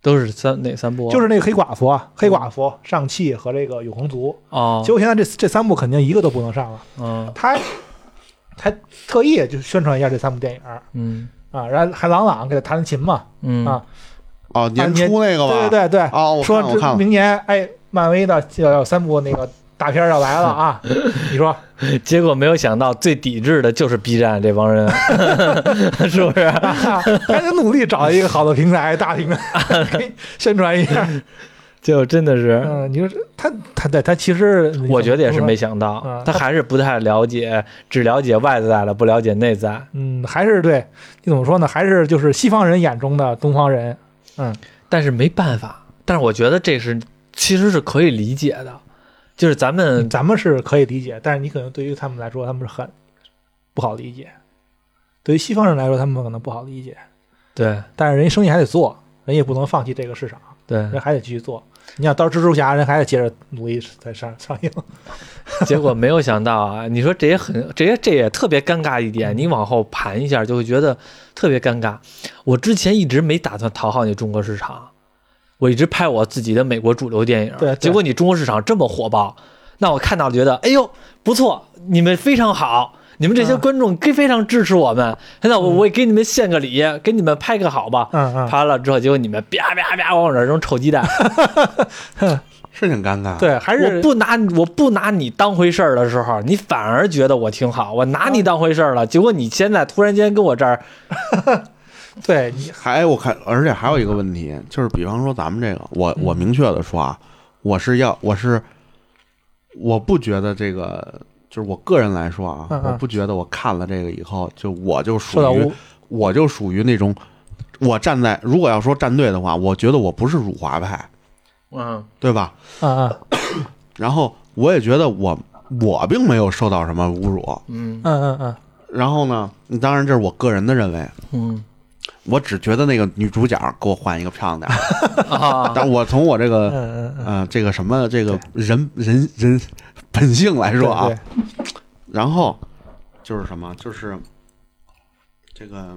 Speaker 1: 都是三哪三部啊？
Speaker 2: 就是那个黑寡妇、啊、黑寡妇、上汽和这个永恒族，
Speaker 1: 哦，
Speaker 2: 结果现在这这三部肯定一个都不能上了。
Speaker 1: 嗯
Speaker 2: 他还特意就宣传一下这三部电影
Speaker 1: 嗯
Speaker 2: 啊，然后还朗朗给他弹琴嘛，
Speaker 1: 嗯
Speaker 2: 啊
Speaker 3: 哦，年初那个
Speaker 2: 对
Speaker 3: 吧，
Speaker 2: 对对，
Speaker 3: 哦，我
Speaker 2: 说
Speaker 3: 看我
Speaker 2: 这
Speaker 3: 看了，
Speaker 2: 明年哎，漫威的要要三部那个大片儿要来了 啊！你说
Speaker 1: 结果没有想到，最抵制的就是 B 站这帮 人，是不是？
Speaker 2: 还得努力找一个好的平台、大平
Speaker 1: 啊
Speaker 2: 台给宣传一下。
Speaker 1: 就真的是，
Speaker 2: 嗯，你说这他他对他其实
Speaker 1: 我觉得也是没
Speaker 2: 怎么说
Speaker 1: 想到
Speaker 2: 嗯，
Speaker 1: 他还是不太了解，只了解外在了，不了解内在。
Speaker 2: 嗯，还是对你怎么说呢？还是就是西方人眼中的东方人。嗯，
Speaker 1: 但是没办法，但是我觉得这是其实是可以理解的，就是咱们
Speaker 2: 咱们是可以理解，但是你可能对于他们来说，他们是很不好理解。对于西方人来说，他们可能不好理解，
Speaker 1: 对
Speaker 2: 但是人家生意还得做，人也不能放弃这个市场。
Speaker 1: 对，
Speaker 2: 人还得继续做。你想到蜘蛛侠，人还得接着努力再上上映。
Speaker 1: 结果没有想到啊，你说这也很，这也这也特别尴尬一
Speaker 2: 嗯
Speaker 1: 点，你往后盘一下就会觉得特别尴尬。我之前一直没打算讨好你中国市场，我一直拍我自己的美国主流电影，
Speaker 2: 对对
Speaker 1: 结果你中国市场这么火爆，那我看到觉得，哎呦不错，你们非常好。你们这些
Speaker 2: 嗯
Speaker 1: 观众给非常支持我们，那我我也给你们献个礼，给你们拍个好吧。
Speaker 2: 嗯嗯，
Speaker 1: 拍完了之后，结果你们啪啪啪往我这儿扔臭鸡蛋，
Speaker 3: 是挺尴 尬，，
Speaker 2: 对，还
Speaker 1: 我
Speaker 2: 是
Speaker 1: 不拿我不拿你当回事儿的时候，你反而觉得我挺好，我拿你当回事儿了，结果你现在突然间跟我这儿，
Speaker 2: 对你
Speaker 3: 还我看，而且还有一个问题，就是比方说咱们这个，
Speaker 2: 嗯
Speaker 3: 我我明确的说啊，我是要我是我不觉得这个，就是我个人来说啊，
Speaker 2: 嗯嗯
Speaker 3: 我不觉得我看了这个以后，就我就属
Speaker 2: 受到
Speaker 3: 于
Speaker 2: 污
Speaker 3: 我就属于那种，我站在如果要说站队的话，我觉得我不是辱华派，
Speaker 1: 嗯
Speaker 3: 对吧？
Speaker 2: 啊啊
Speaker 3: 然后我也觉得我我并没有受到什么侮辱，
Speaker 1: 嗯
Speaker 2: 嗯嗯嗯
Speaker 3: 然后呢，当然这是我个人的认为。
Speaker 1: 嗯
Speaker 3: 我只觉得那个女主角给我换一个漂亮点儿，
Speaker 1: 啊，
Speaker 3: 但我从我这个
Speaker 2: 嗯嗯嗯，
Speaker 3: 呃，这个什么，这个人人人本性来说啊
Speaker 2: 对，，
Speaker 3: 然后就是什么，就是这个，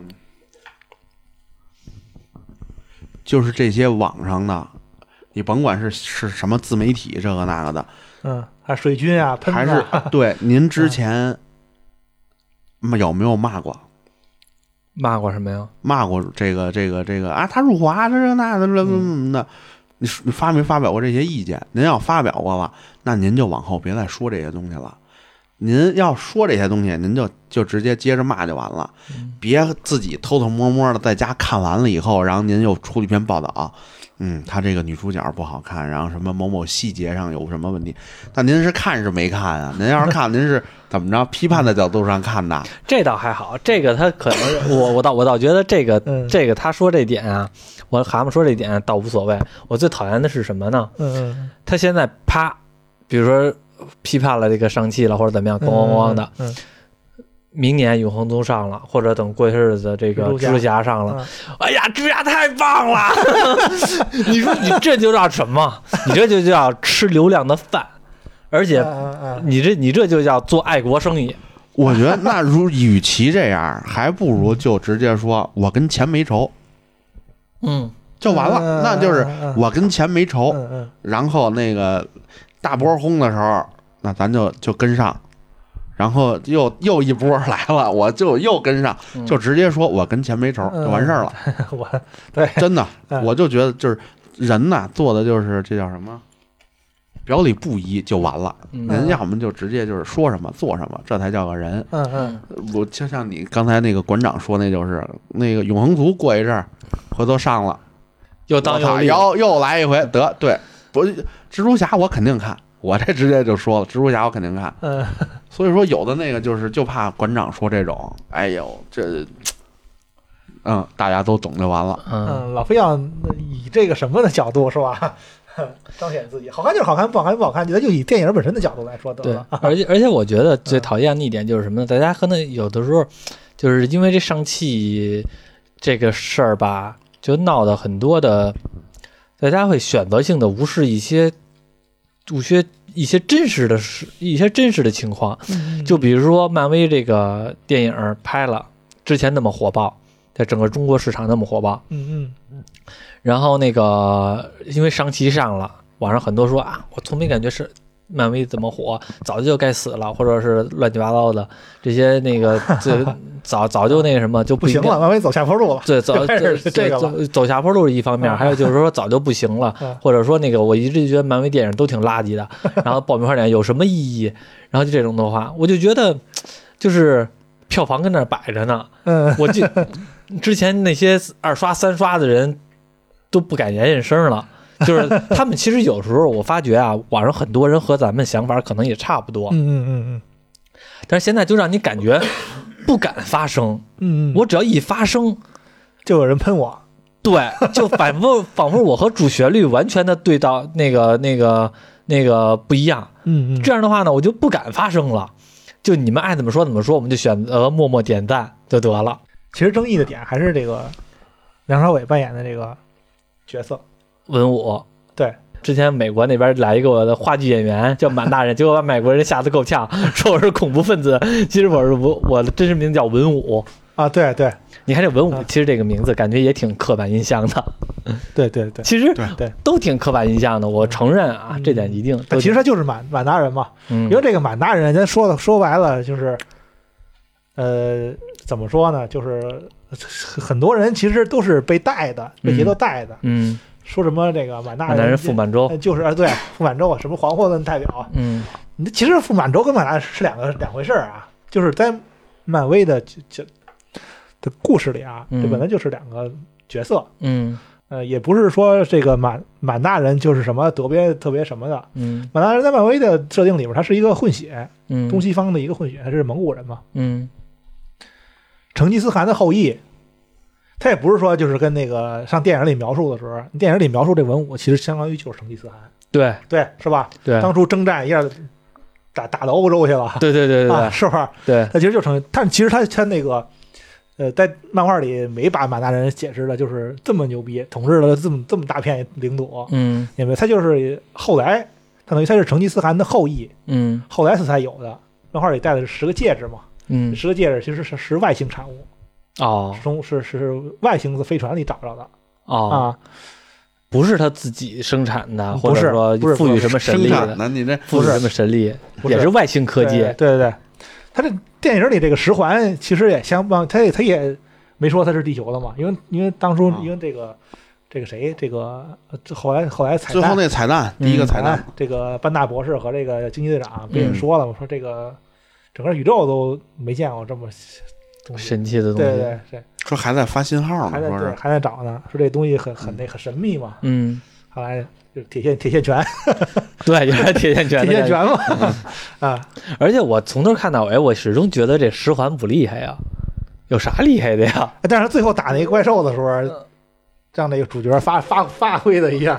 Speaker 3: 就是这些网上的，你甭管是是什么自媒体这个那个的，
Speaker 2: 对嗯，还水军啊，喷
Speaker 3: 还
Speaker 2: 子
Speaker 3: 是
Speaker 2: 啊
Speaker 3: 对您之前骂有没有骂过？
Speaker 1: 骂过什么呀？
Speaker 3: 骂过这个这个这个啊，他辱华这这那的这什么的，你说你发没发表过这些意见？您要发表过吧，那您就往后别再说这些东西了。您要说这些东西，您就就直接接着骂就完了，别自己偷偷摸摸的在家看完了以后，然后您又出了一篇报道，嗯，他这个女主角不好看，然后什么某某细节上有什么问题，那您是看是没看啊？您要是看， 您是怎么着批判的角度上看的？
Speaker 1: 这倒还好，这个他可能我我倒我倒觉得这个
Speaker 2: 嗯
Speaker 1: 这个他说这点啊，我蛤蟆说这点倒无所谓，我最讨厌的是什么呢？
Speaker 2: 嗯嗯
Speaker 1: 他现在啪，比如说批判了这个上汽了或者怎么样，
Speaker 2: 嗯，
Speaker 1: 咣咣咣的，
Speaker 2: 嗯，嗯
Speaker 1: 明年永恒族上了，或者等过些日子这个蜘
Speaker 2: 蜘蛛侠
Speaker 1: 蛛侠上了，
Speaker 2: 嗯
Speaker 1: 哎呀，蜘蛛侠太棒 了！你说你这就叫什么？你这就叫吃流量的饭，而且
Speaker 2: 嗯嗯嗯
Speaker 1: 你这你这就叫做爱国生意。
Speaker 3: 我觉得那如与其这样，还不如就直接说我跟钱没仇
Speaker 1: 嗯，
Speaker 3: 就完了。
Speaker 2: 嗯
Speaker 3: 那就是我跟钱没
Speaker 2: 嗯
Speaker 3: 仇，
Speaker 2: 嗯嗯
Speaker 3: 然后那个大波轰的时候，那咱就就跟上，然后又又一波来了，我就又跟上，
Speaker 1: 嗯
Speaker 3: 就直接说我跟钱没仇，就完事儿了。
Speaker 2: 嗯 我对
Speaker 3: 真的，
Speaker 2: 嗯
Speaker 3: 我就觉得就是人呐，做的就是这叫什么，表里不一就完了。
Speaker 1: 嗯
Speaker 3: 人要么就直接就是说什么做什么，这才叫个人。
Speaker 2: 嗯嗯
Speaker 1: 嗯，
Speaker 3: 我就像你刚才那个馆长说，那就是那个永恒族过一阵儿，回头上了，
Speaker 1: 又
Speaker 3: 我
Speaker 1: 当又
Speaker 3: 操，
Speaker 1: 立，
Speaker 3: 又又来一回，得对，不，蜘蛛侠我肯定看，我这直接就说了，蜘蛛侠我肯定看。
Speaker 2: 嗯
Speaker 3: 所以说有的那个就是就怕馆长说这种，哎呦这，嗯，大家都懂就完了。
Speaker 1: 嗯，
Speaker 2: 嗯，老非要以这个什么的角度是吧？ 彰显自己，好看就是好看，不好看就不好看，咱就以电影本身的角度来说得
Speaker 1: 对
Speaker 2: 了。，嗯
Speaker 1: 而且而且我觉得最讨厌的一点就是什么呢？大家可能有的时候就是因为这上汽这个事儿吧，就闹得很多的，大家会选择性的无视一些无些一些真实的事，一些真实的情况。
Speaker 2: 嗯
Speaker 1: 就比如说漫威这个电影儿拍了之前那么火爆，在整个中国市场那么火爆，
Speaker 2: 嗯
Speaker 1: 然后那个因为上期上了，网上很多说啊，我从没感觉是漫威怎么火，早就该死了，或者是乱七八糟的这些那个 这早早就那个什么就
Speaker 2: 嗯，不
Speaker 1: 应
Speaker 2: 行
Speaker 1: 该
Speaker 2: 了，。漫威走下坡路了。
Speaker 1: 对，早
Speaker 2: 就 开始
Speaker 1: 走
Speaker 2: 这个
Speaker 1: 走走下坡路是一方面，
Speaker 2: 嗯
Speaker 1: 还有就是说早就不 行了
Speaker 2: 嗯，
Speaker 1: 或者说那个我一直觉得漫威电影都挺垃 圾的，然后爆米花脸有什么意义？然后就这种的话，我就觉得就是票房跟那儿摆着呢，
Speaker 2: 嗯
Speaker 1: 我记之前那些二刷三刷的人都不敢言言声了，就是他们其实有时候我发觉啊，网上很多人和咱们想法可能也差不多
Speaker 2: 嗯，嗯嗯
Speaker 1: 但是现在就让你感觉不敢发声，
Speaker 2: 嗯嗯，
Speaker 1: 我只要一发 声。
Speaker 2: 就有人喷我。
Speaker 1: 对，就反复仿佛我和主旋律完全的对到那个那个那个不一样，
Speaker 2: 嗯嗯，
Speaker 1: 这样的话呢，我就不敢发声了。就你们爱怎么说怎么说，我们就选择默默点赞就得了。
Speaker 2: 其实争议的点还是这个梁朝伟扮演的这个角色。
Speaker 1: 文武。
Speaker 2: 对，
Speaker 1: 之前美国那边来一个话剧演员叫满 大人，结果把美国人吓得够呛， 说我是恐怖分子。其实我是我我的真实名叫文武。
Speaker 2: 啊，对对
Speaker 1: 你看这文武
Speaker 2: 啊，
Speaker 1: 其实这个名字感觉也挺刻板印象的，
Speaker 2: 对对对，
Speaker 1: 其实
Speaker 3: 对
Speaker 2: 对
Speaker 1: 都挺刻板印象的。我承认啊，
Speaker 2: 嗯
Speaker 1: 这点一定都挺。
Speaker 2: 其实他就是满满大人嘛，
Speaker 1: 嗯
Speaker 2: 因为这个满大人，咱说了说白了就是，呃，怎么说呢？就是很很多人其实都是被带的，被节奏带的。
Speaker 1: 嗯，
Speaker 2: 说什么这个满大
Speaker 1: 满大人傅
Speaker 2: 满
Speaker 1: 满洲，
Speaker 2: 就是啊，对傅满洲啊，什么皇后论代表，啊
Speaker 1: 嗯
Speaker 2: 你这其实傅满洲跟满大人是两个两回事儿啊，就是在漫威的这这的故事里啊，
Speaker 1: 嗯
Speaker 2: 这本来就是两个角色。
Speaker 1: 嗯
Speaker 2: 呃，也不是说这个满满大人就是什么特别特别什么的，
Speaker 1: 嗯
Speaker 2: 满大人在漫威的设定里边，他是一个混血，
Speaker 1: 嗯，
Speaker 2: 东西方的一个混血，他是蒙古人嘛，
Speaker 1: 嗯
Speaker 2: 成吉思汗的后裔。他也不是说就是跟那个像电影里描述的时候，电影里描述这文武其实相当于就是成吉思汗，
Speaker 1: 对
Speaker 2: 对，是吧？
Speaker 1: 对
Speaker 2: 当初征战一下打打到欧洲去了，
Speaker 1: 对对对
Speaker 2: 啊，
Speaker 1: 对
Speaker 2: 是不是？
Speaker 1: 对，
Speaker 2: 他其实就成，但其实他他那个，呃，在漫画里没把满大人解释的就是这么牛逼，统治了这么这么大片领土，
Speaker 1: 嗯
Speaker 2: 也没有，他就是后来，他等于他是成吉思汗的后裔，
Speaker 1: 嗯
Speaker 2: 后来他才有的。漫画里戴的是十个戒指嘛，
Speaker 1: 嗯
Speaker 2: 十个戒指其实是是外星产物，
Speaker 1: 哦
Speaker 2: 从是是外星的飞船里找着的
Speaker 1: 哦，
Speaker 2: 啊，
Speaker 1: 不是他自己生产的，
Speaker 2: 不
Speaker 1: 或者
Speaker 2: 是
Speaker 1: 说
Speaker 2: 不是
Speaker 1: 赋
Speaker 2: 不
Speaker 1: 予
Speaker 2: 是
Speaker 1: 什么神
Speaker 3: 生
Speaker 1: 力
Speaker 3: 产
Speaker 1: 的，
Speaker 3: 的你这
Speaker 1: 赋予
Speaker 2: 不是
Speaker 1: 什么神力，
Speaker 2: 不是
Speaker 1: 也是外星科技
Speaker 2: 对。对对对，他这电影里这个十环其实也相帮，他也他也没说他是地球的嘛，因为因为当初
Speaker 1: 哦
Speaker 3: 啊
Speaker 2: 因为这个这个谁这个呃这后来后来彩
Speaker 3: 最后
Speaker 2: 蛋
Speaker 3: 那彩蛋，第一个彩蛋
Speaker 2: 啊，这个班纳博士和这个惊奇队长不也
Speaker 1: 嗯
Speaker 2: 说了吗？说这个整个宇宙都没见过这么东西。
Speaker 1: 神奇的
Speaker 2: 对
Speaker 1: 东西。
Speaker 2: 对对，这
Speaker 3: 说还在发信号呢，
Speaker 2: 还在
Speaker 3: 说
Speaker 2: 对
Speaker 3: 是
Speaker 2: 还在找呢，说这东西很很那很神秘嘛。
Speaker 1: 嗯，
Speaker 2: 后来就是铁线铁线拳，
Speaker 1: 对， 有点铁线拳
Speaker 2: 铁
Speaker 1: 的感
Speaker 2: 线
Speaker 1: 觉。
Speaker 2: 拳嘛啊，
Speaker 1: 而且我从头看到尾，哎我始终觉得这十环不厉害呀，有啥厉害的呀？
Speaker 2: 但是他最后打那个怪兽的时候，让那个主角发发发挥了一下。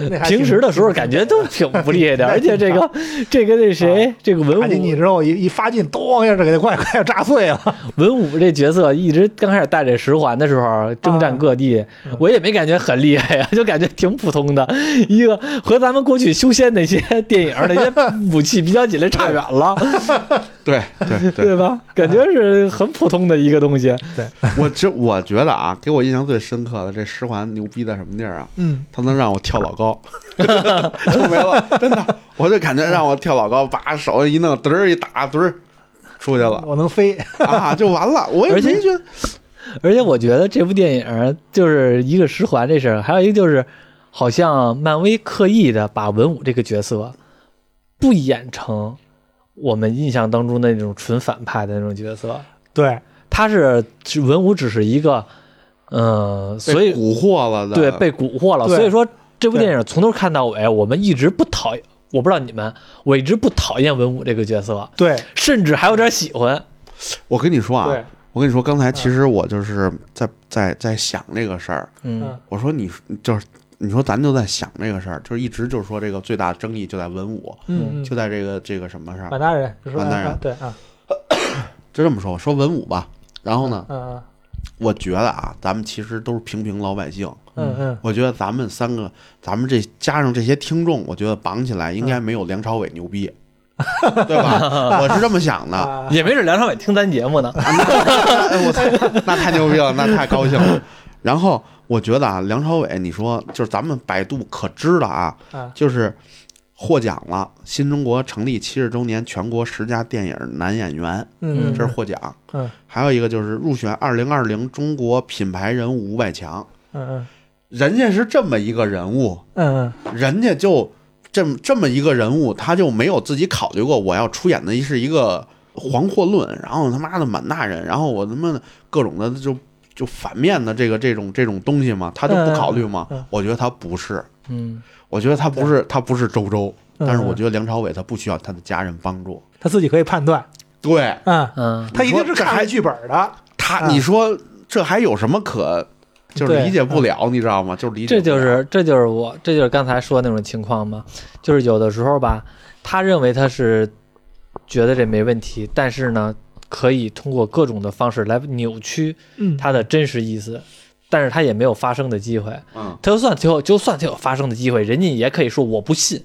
Speaker 2: 那还挺
Speaker 1: 平时的时候感觉都挺不厉害 的，
Speaker 2: 那
Speaker 1: 而且这个这个那
Speaker 2: 啊
Speaker 1: 谁，这个
Speaker 2: 打
Speaker 1: 文
Speaker 2: 进去
Speaker 1: 武
Speaker 2: 之后一一发劲，咚一下就给那怪怪炸碎了。
Speaker 1: 文武这角色一直刚开始带着十环的时候征战各地
Speaker 2: 嗯，
Speaker 1: 我也没感觉很厉害啊 呀，就感觉挺普通的，一个和咱们过去修仙那些电影那些武器比较起来差远了，
Speaker 3: 对对对
Speaker 1: 对吧？感觉是很普通的一个东西。
Speaker 3: 我这我觉得啊，给我印象最深刻的这十环牛逼在什么地儿啊？
Speaker 2: 嗯，
Speaker 3: 它能让我跳老高，就没了，真的，我就感觉让我跳老高，把手一弄，嘚儿一打，嘚儿出去了
Speaker 2: 我能飞，
Speaker 3: 啊，就完了。我也
Speaker 1: 而且
Speaker 3: 没觉得
Speaker 1: 而且我觉得这部电影就是一个十环这事儿，还有一个就是，好像漫威刻意的把文武这个角色不演成我们印象当中的那种纯反派的那种角色，
Speaker 2: 对，
Speaker 1: 他是文武只是一个，嗯、所
Speaker 3: 被
Speaker 1: 以
Speaker 3: 蛊惑了的，
Speaker 1: 对被蛊惑了，
Speaker 2: 对
Speaker 1: 所以说这部
Speaker 2: 对
Speaker 1: 电影从头看到尾，我们一直不讨厌，我不知道你们，我一直不讨厌文武这个角色，
Speaker 2: 对，
Speaker 1: 甚至还有点喜欢，
Speaker 3: 我跟你说啊
Speaker 2: 对，，
Speaker 3: 我跟你说，刚才其实我就是在在在想这个事儿。
Speaker 1: 嗯
Speaker 2: 嗯，
Speaker 3: 我说你就是你说咱就在想这个事儿，就是一直就是说这个最大的争议就在文武，
Speaker 2: 嗯，
Speaker 3: 就在这个这个什么上
Speaker 2: 满。大人，就说
Speaker 3: 满大人
Speaker 2: 啊对啊，
Speaker 3: 就这么说，我说文武吧。然后呢，
Speaker 2: 嗯
Speaker 3: 我觉得啊，咱们其实都是平平老百姓。
Speaker 2: 嗯嗯
Speaker 3: 我觉得咱们三个，咱们这加上这些听众，我觉得绑起来
Speaker 2: 嗯
Speaker 3: 应该没有梁朝伟牛逼，对 吧？我是这么想
Speaker 2: 嗯
Speaker 3: 的。
Speaker 2: 啊，
Speaker 1: 也没准梁朝伟听咱节 目呢，
Speaker 3: 哎我操，那太牛逼了，那太高兴了。然后我觉得啊，梁朝伟，你说就是咱们百度可知的啊，
Speaker 2: 啊
Speaker 3: 就是获奖了，新中国成立七十周年全国十佳电影男演员，
Speaker 2: 嗯，
Speaker 1: 嗯
Speaker 3: 这是获奖。
Speaker 2: 嗯
Speaker 3: 还有一个就是入选二零二零中国品牌人物五百强，
Speaker 2: 嗯
Speaker 3: 人家是这么一个人物，
Speaker 2: 嗯嗯
Speaker 3: 人家就这么这么一个人物，他就没有自己考虑过我要出演的是一个黄祸论，然后他妈的满大人，然后我他妈的各种的就就反面的这个这种这种东西嘛，他就不考虑嘛。
Speaker 2: 嗯嗯嗯
Speaker 3: 我觉得他不是，
Speaker 1: 嗯，
Speaker 3: 我觉得他不是，他不是周周，
Speaker 2: 嗯
Speaker 3: 但是我觉得梁朝伟他不需要他的家人帮助。
Speaker 2: 他自己可以判断，
Speaker 3: 对
Speaker 2: 嗯，
Speaker 1: 嗯，
Speaker 2: 他一定是看了剧本的，
Speaker 3: 他，
Speaker 2: 嗯
Speaker 3: 你说这还有什么可就是
Speaker 2: 对嗯
Speaker 3: 理解不了，你知道吗？就是理解
Speaker 1: 这
Speaker 3: 不了，
Speaker 1: 就是这就是我这就是刚才说的那种情况嘛，就是有的时候吧，他认为他是觉得这没问题，但是呢，可以通过各种的方式来扭曲
Speaker 2: 嗯，
Speaker 1: 他的真实意思，但是他也没有发声的机会。
Speaker 3: 嗯，
Speaker 1: 他就算最后就算他有发声的机会，人家也可以说我不 信，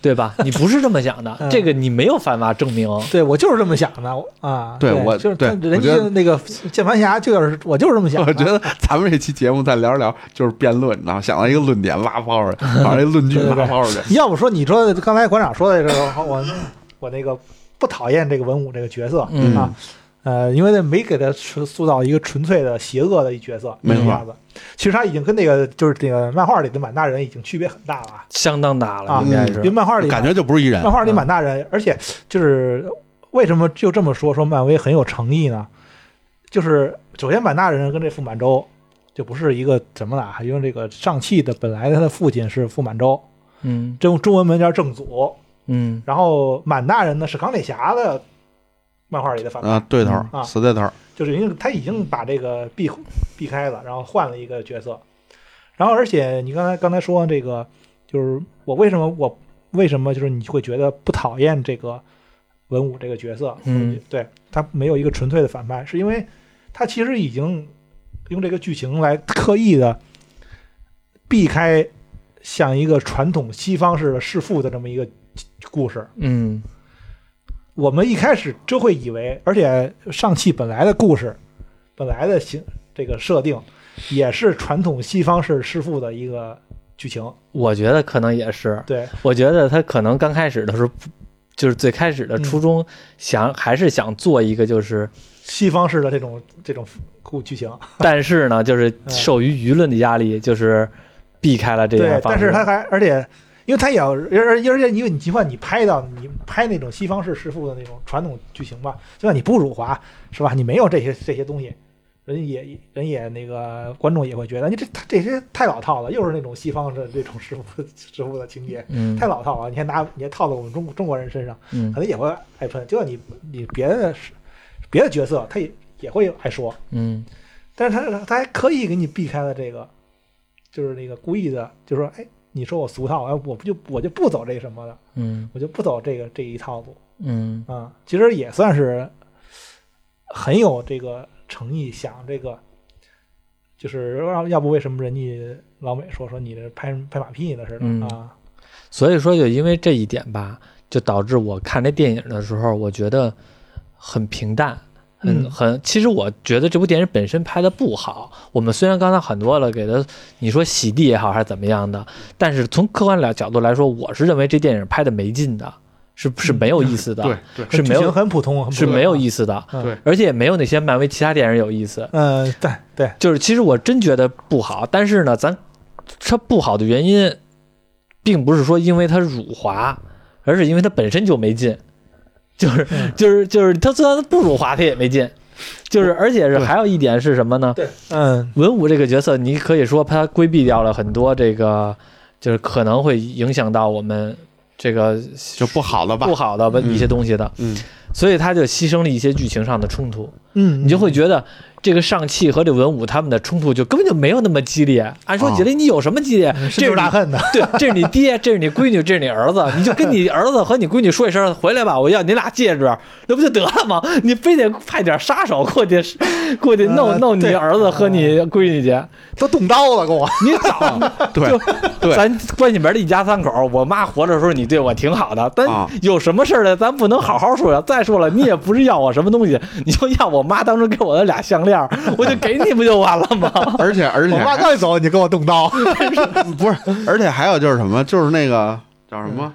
Speaker 1: 对吧？你不是这么想的
Speaker 2: 嗯，
Speaker 1: 这个你没有办法证明。
Speaker 2: 对我就是这么想的我啊，
Speaker 3: 对我
Speaker 2: 就是他
Speaker 3: 对
Speaker 2: 人
Speaker 3: 我觉得
Speaker 2: 家那个键盘侠就是我就是这么想的，
Speaker 3: 我觉得咱们这期节目再聊一聊，就是辩论，你知道吗？想到一个论点挖炮出来，把这论据
Speaker 2: 对对对
Speaker 3: 挖炮出来。
Speaker 2: 要不说你说刚才馆长说的这个，我我那个不讨厌这个文武这个角色、
Speaker 1: 嗯
Speaker 2: 啊，呃，因为那没给他塑塑造一个纯粹的邪恶的一角色，
Speaker 3: 没错
Speaker 2: 这样子。其实他已经跟那个就是那个漫画里的满大人已经区别很大了啊
Speaker 1: 相当大了，
Speaker 2: 啊，
Speaker 1: 应该
Speaker 3: 嗯
Speaker 1: 是
Speaker 2: 因为漫画里
Speaker 3: 感觉就不是一人
Speaker 2: 漫。画里
Speaker 1: 嗯
Speaker 2: 满大人，而且就是为什么就这么说说漫威很有诚意呢？就是首先满大人跟这傅满洲就不是一个什么了啊，因为这个上汽的本来他的父亲是傅满洲，
Speaker 1: 嗯
Speaker 2: 中中文名叫正祖，
Speaker 1: 嗯
Speaker 2: 然后满大人呢是钢铁侠的漫画里的反派，
Speaker 3: 啊，对头
Speaker 2: 嗯，啊
Speaker 3: 死对头，
Speaker 2: 就是因为他已经把这个避避开了，然后换了一个角色。然后而且你刚才刚才说这个，就是我为什么我为什么就是你会觉得不讨厌这个文武这个角色？
Speaker 1: 嗯，
Speaker 2: 对他没有一个纯粹的反派，是因为他其实已经用这个剧情来刻意的避开像一个传统西方式的弑父的这么一个故事。
Speaker 1: 嗯
Speaker 2: 我们一开始就会以为，而且上汽本来的故事，本来的形这个设定，也是传统西方式弑父的一个剧情。
Speaker 1: 我觉得可能也是，
Speaker 2: 对，
Speaker 1: 我觉得他可能刚开始的时候，就是最开始的
Speaker 2: 嗯
Speaker 1: 初衷想、还是想做一个， 就是
Speaker 2: 西方式的这种这种故剧情，
Speaker 1: 但是呢，就是受于舆论的压力，就是避开了这
Speaker 2: 嗯对
Speaker 1: 些，
Speaker 2: 但
Speaker 1: 方
Speaker 2: 是
Speaker 1: 式。
Speaker 2: 他还而且。因为他也要，而而而且因为你尽管你拍到你拍那种西方式弑父的那种传统剧情吧，就算你不辱华是吧？你没有这些 这些东西，人也人也那个观众也会觉得你这他这些太老套了，又是那种西方式这种弑父弑父的情节。
Speaker 1: 嗯
Speaker 2: 太老套了，你还拿你还套到我们中中国人身上，
Speaker 1: 嗯
Speaker 2: 可能也会挨喷。就像你你别的别的角色，他也也会挨说，
Speaker 1: 嗯
Speaker 2: 但是他他还刻意给你避开了这个，就是那个故意的，就说哎，你说我俗套，哎，我不就我就不走这什么的，
Speaker 1: 嗯
Speaker 2: 我就不走这个这一套路
Speaker 1: 嗯
Speaker 2: 啊、其实也算是很有这个诚意，想这个。就是要要不为什么人家老美说说你这拍拍马屁呢似的、
Speaker 1: 嗯
Speaker 2: 啊？
Speaker 1: 所以说，就因为这一点吧，就导致我看这电影的时候，我觉得很平淡，很、
Speaker 2: 嗯
Speaker 1: 很。其实我觉得这部电影本身拍的不好。我们虽然刚才很多了，给它你说洗地也好，还是怎么样的，但是从客观来角度来说，我是认为这电影拍的没劲的，是是没有意思的，
Speaker 3: 对对
Speaker 1: 是没有
Speaker 2: 剧情很普通，很普
Speaker 1: 是
Speaker 2: 通
Speaker 1: 没有意思的，
Speaker 2: 嗯
Speaker 3: 对
Speaker 1: 而且也没有那些漫威其他电影有意思。
Speaker 2: 嗯，对对，
Speaker 1: 就是其实我真觉得不好，但是呢，咱它不好的原因，并不是说因为它辱华，而是因为它本身就没劲， 就是
Speaker 2: 嗯
Speaker 1: 就是就是它虽然不辱华，它也没劲，就是而且是
Speaker 3: 对
Speaker 1: 还有一点是什么呢？
Speaker 2: 嗯
Speaker 1: 文武这个角色，你可以说他规避掉了很多这个，就是可能会影响到我们这个
Speaker 3: 就不好了吧
Speaker 1: 不？好的
Speaker 3: 嗯
Speaker 1: 一些东西的，
Speaker 3: 嗯，
Speaker 1: 所以他就牺牲了一些剧情上的冲突，
Speaker 2: 嗯，
Speaker 1: 你就会觉得这个上汽和这文武他们的冲突就根本就没有那么激烈。按说起来，你有什么激烈？
Speaker 2: 哦嗯深
Speaker 1: 这是
Speaker 2: 仇大
Speaker 1: 你
Speaker 2: 恨的，
Speaker 1: 对，这是你爹，这是你闺女，这是你儿 子，你就跟你儿子和你闺女说一声，回来吧，我要你俩戒指，那不就得了吗？你非得派点杀手过去，过去弄
Speaker 2: 呃
Speaker 1: 弄你
Speaker 2: 对
Speaker 1: 儿子和你闺女去。
Speaker 2: 都动刀了，跟 我，
Speaker 1: 你早，
Speaker 3: 对
Speaker 1: 就
Speaker 3: 对
Speaker 1: 咱关起门的一家三口，我妈活着的时候你对我挺好的，但
Speaker 3: 啊
Speaker 1: 有什么事儿呢？咱不能好好说呀。再说了，你也不是要我什么东西，你就要我妈当时给我的俩项链儿，我就给你不就完了吗？
Speaker 3: 而且而且
Speaker 2: 我妈
Speaker 3: 还
Speaker 2: 刚一走，你就跟我动刀，
Speaker 3: 不是，而且还有就是什么，就是那个叫什么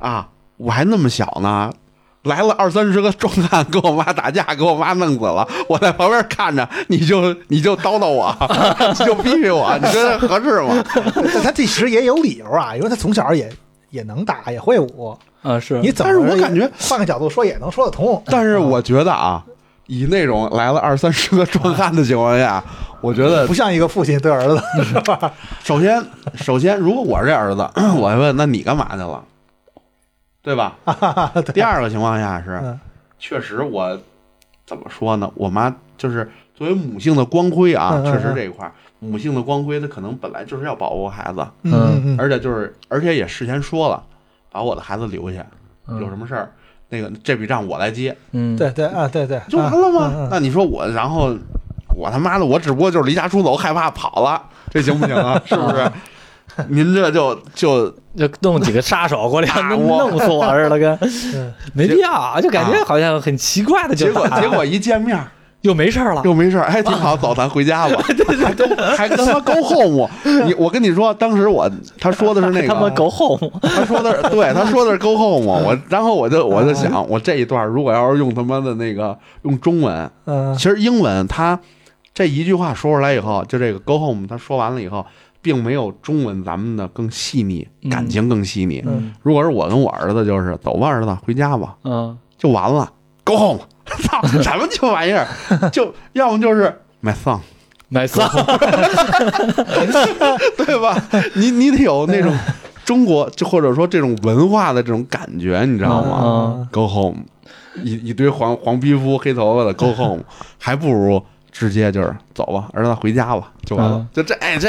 Speaker 3: 啊，我还那么小呢。来了二三十个壮汉跟我妈打架，给我妈弄死了。我在旁边看着，你就你就叨叨我， 你就批评我，你觉得合适吗？
Speaker 2: 但他其实也有理由啊，因为他从小也 也能打，也会武，
Speaker 1: 啊，是
Speaker 2: 你怎么？
Speaker 3: 但是我感觉
Speaker 2: 换个角度说也能说得通，
Speaker 3: 但是我觉得啊，以那种来了二三十个壮汉的情况下，我觉得
Speaker 2: 不像一个父亲对儿子，是 吧？
Speaker 3: 首先首先，如果我是这儿子， 我还问那你干嘛去了，对吧？第二个情况下是，
Speaker 2: 嗯
Speaker 3: 确实我怎么说呢？我妈就是作为母性的光辉啊，
Speaker 2: 嗯嗯嗯
Speaker 3: 确实这一块儿母性的光辉，她可能本来就是要保护孩子，
Speaker 2: 嗯嗯嗯，
Speaker 3: 而且就是而且也事先说了，把我的孩子留下，
Speaker 2: 嗯
Speaker 3: 有什么事儿。那个这笔账我来接，
Speaker 1: 嗯，
Speaker 2: 对对啊，对对，
Speaker 3: 就完了吗？
Speaker 2: 嗯嗯嗯
Speaker 3: 那你说我，然后我他妈的，我只不过就是离家出走，害怕跑了，这行不行啊？ 是不是？您这就 就
Speaker 1: 就弄几个杀手过来，
Speaker 3: 打
Speaker 1: 弄
Speaker 3: 我
Speaker 1: 弄死我似的， 跟
Speaker 2: 嗯
Speaker 1: 没必要啊，就感觉好像很奇怪的
Speaker 3: 结
Speaker 1: 就
Speaker 3: 果
Speaker 1: 打
Speaker 3: 结果一见面儿
Speaker 1: 又没事儿了，
Speaker 3: 又没事儿，哎，挺好，走，咱回家吧。 还跟还跟他妈 go home，你我跟你说，当时我 他说的是那
Speaker 1: 他妈
Speaker 3: 个，啊
Speaker 1: 狗后母，
Speaker 3: 他说 的是对，他说的是 go home，我然后我就我就想，我这一段如果要是用他妈的那个用中文，
Speaker 2: 嗯
Speaker 3: 其实英文他这一句话说出来以后，就这个 go home，他说完了以后，并没有中文咱们的更细腻，感情更细腻。
Speaker 2: 嗯
Speaker 3: 如果是我跟我儿子，就是走吧，儿子，回家吧，
Speaker 1: 嗯
Speaker 3: 就完了，go home，操， 什么鸡巴玩 意儿？就要么就是 my son。
Speaker 1: 买丧，
Speaker 3: 对吧？你你得有那种中国，就或者说这种文化的这种感觉，你知道吗、
Speaker 1: 嗯
Speaker 3: g o home，一一堆黄黄皮肤、黑头发的 Go home，还不如直接就是走吧，儿子回家吧，就完了。
Speaker 1: 嗯
Speaker 3: 就这哎这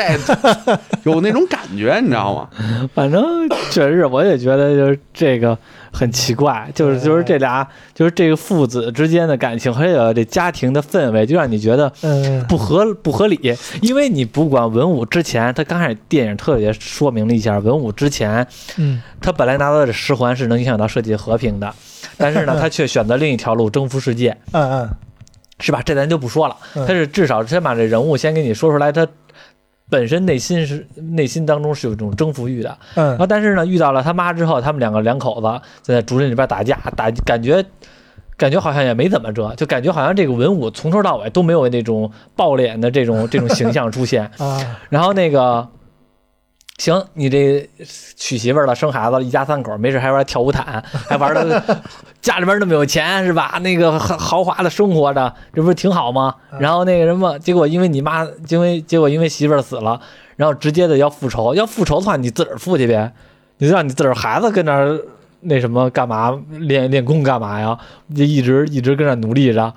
Speaker 3: 有那种感觉，你知道吗？
Speaker 1: 反正确实是，我也觉得就是这个很奇怪，就是就是这俩，就是这个父子之间的感情，还有这家庭的氛围，就让你觉得
Speaker 2: 嗯
Speaker 1: 不合不合理。因为你不管文武之前，他刚开始电影特别说明了一下，文武之前
Speaker 2: 嗯
Speaker 1: 他本来拿到的十环是能影响到世界和平的，但是呢，他却选择另一条路征服世界，
Speaker 2: 嗯
Speaker 1: 是吧？这咱就不说了，
Speaker 2: 嗯，
Speaker 1: 他是至少先把这人物先给你说出来，他本身内心是内心当中是有一种征服欲的。然
Speaker 2: 嗯
Speaker 1: 后但是呢，遇到了他妈之后，他们两个两口子在那竹林里边打架，打感觉感觉好像也没怎么着，就感觉好像这个文武从头到尾都没有那种爆脸的这种这种形象出现。
Speaker 2: 啊
Speaker 1: 然后那个，行，你这娶媳妇儿了，生孩子了，一家三口没事还玩跳舞毯，还玩的 家里边那么有钱是吧？那个豪豪华的生活着，这不是挺好吗？然后那个什么，结果因为你妈，因为结果因为媳妇儿死了，然后直接的要复仇，要复仇的话你自个儿复去呗，你就让你自个儿孩子跟那儿。那什么干嘛练练功干嘛呀？就一直一直跟那儿努力着，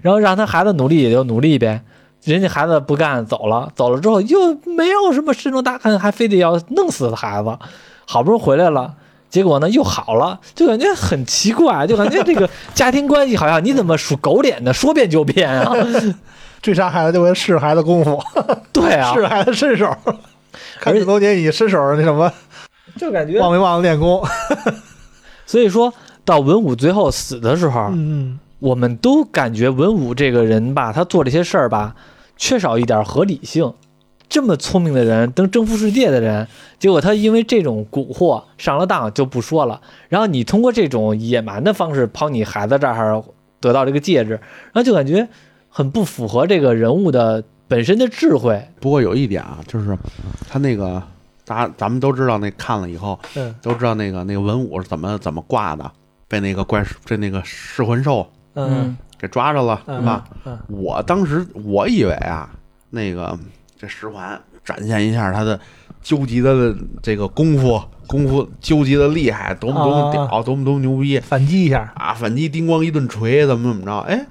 Speaker 1: 然后让他孩子努力也就努力呗，人家孩子不干走了，走了之后又没有什么深仇大恨，还非得要弄死孩子，好不容易回来了。结果呢，又好了，就感觉很奇怪，就感觉这个家庭关系好像你怎么属狗脸的，说变就变 啊？
Speaker 2: 追杀孩子就跟试孩子功夫，
Speaker 1: 对啊，
Speaker 2: 试孩子身手，看这多年你身手那什么
Speaker 1: 就感觉
Speaker 2: 忘没忘了练功？
Speaker 1: 所以说到文武最后死的时候，
Speaker 2: 嗯
Speaker 1: 我们都感觉文武这个人吧，他做这些事儿吧，缺少一点合理性。这么聪明的人，能征服世界的人，结果他因为这种蛊惑上了当，就不说了。然后你通过这种野蛮的方式跑你孩子这儿得到这个戒指，然后就感觉很不符合这个人物的本身的智慧。
Speaker 3: 不过有一点啊，就是他那个，大家咱们都知道，那看了以后
Speaker 2: 嗯
Speaker 3: 都知道那个那个文武是怎么怎么挂的，被那个怪被那个噬魂兽
Speaker 2: 嗯
Speaker 3: 给抓着了，是
Speaker 2: 嗯
Speaker 3: 吧？
Speaker 2: 嗯
Speaker 3: 我当时我以为啊，那个这十环展现一下他的究极的这个功夫，功夫究极的厉害，多么多
Speaker 2: 哦
Speaker 3: 么屌，多么多么牛逼
Speaker 2: 反击一下，
Speaker 3: 啊！反击叮咣一顿锤，怎么怎么着？哎，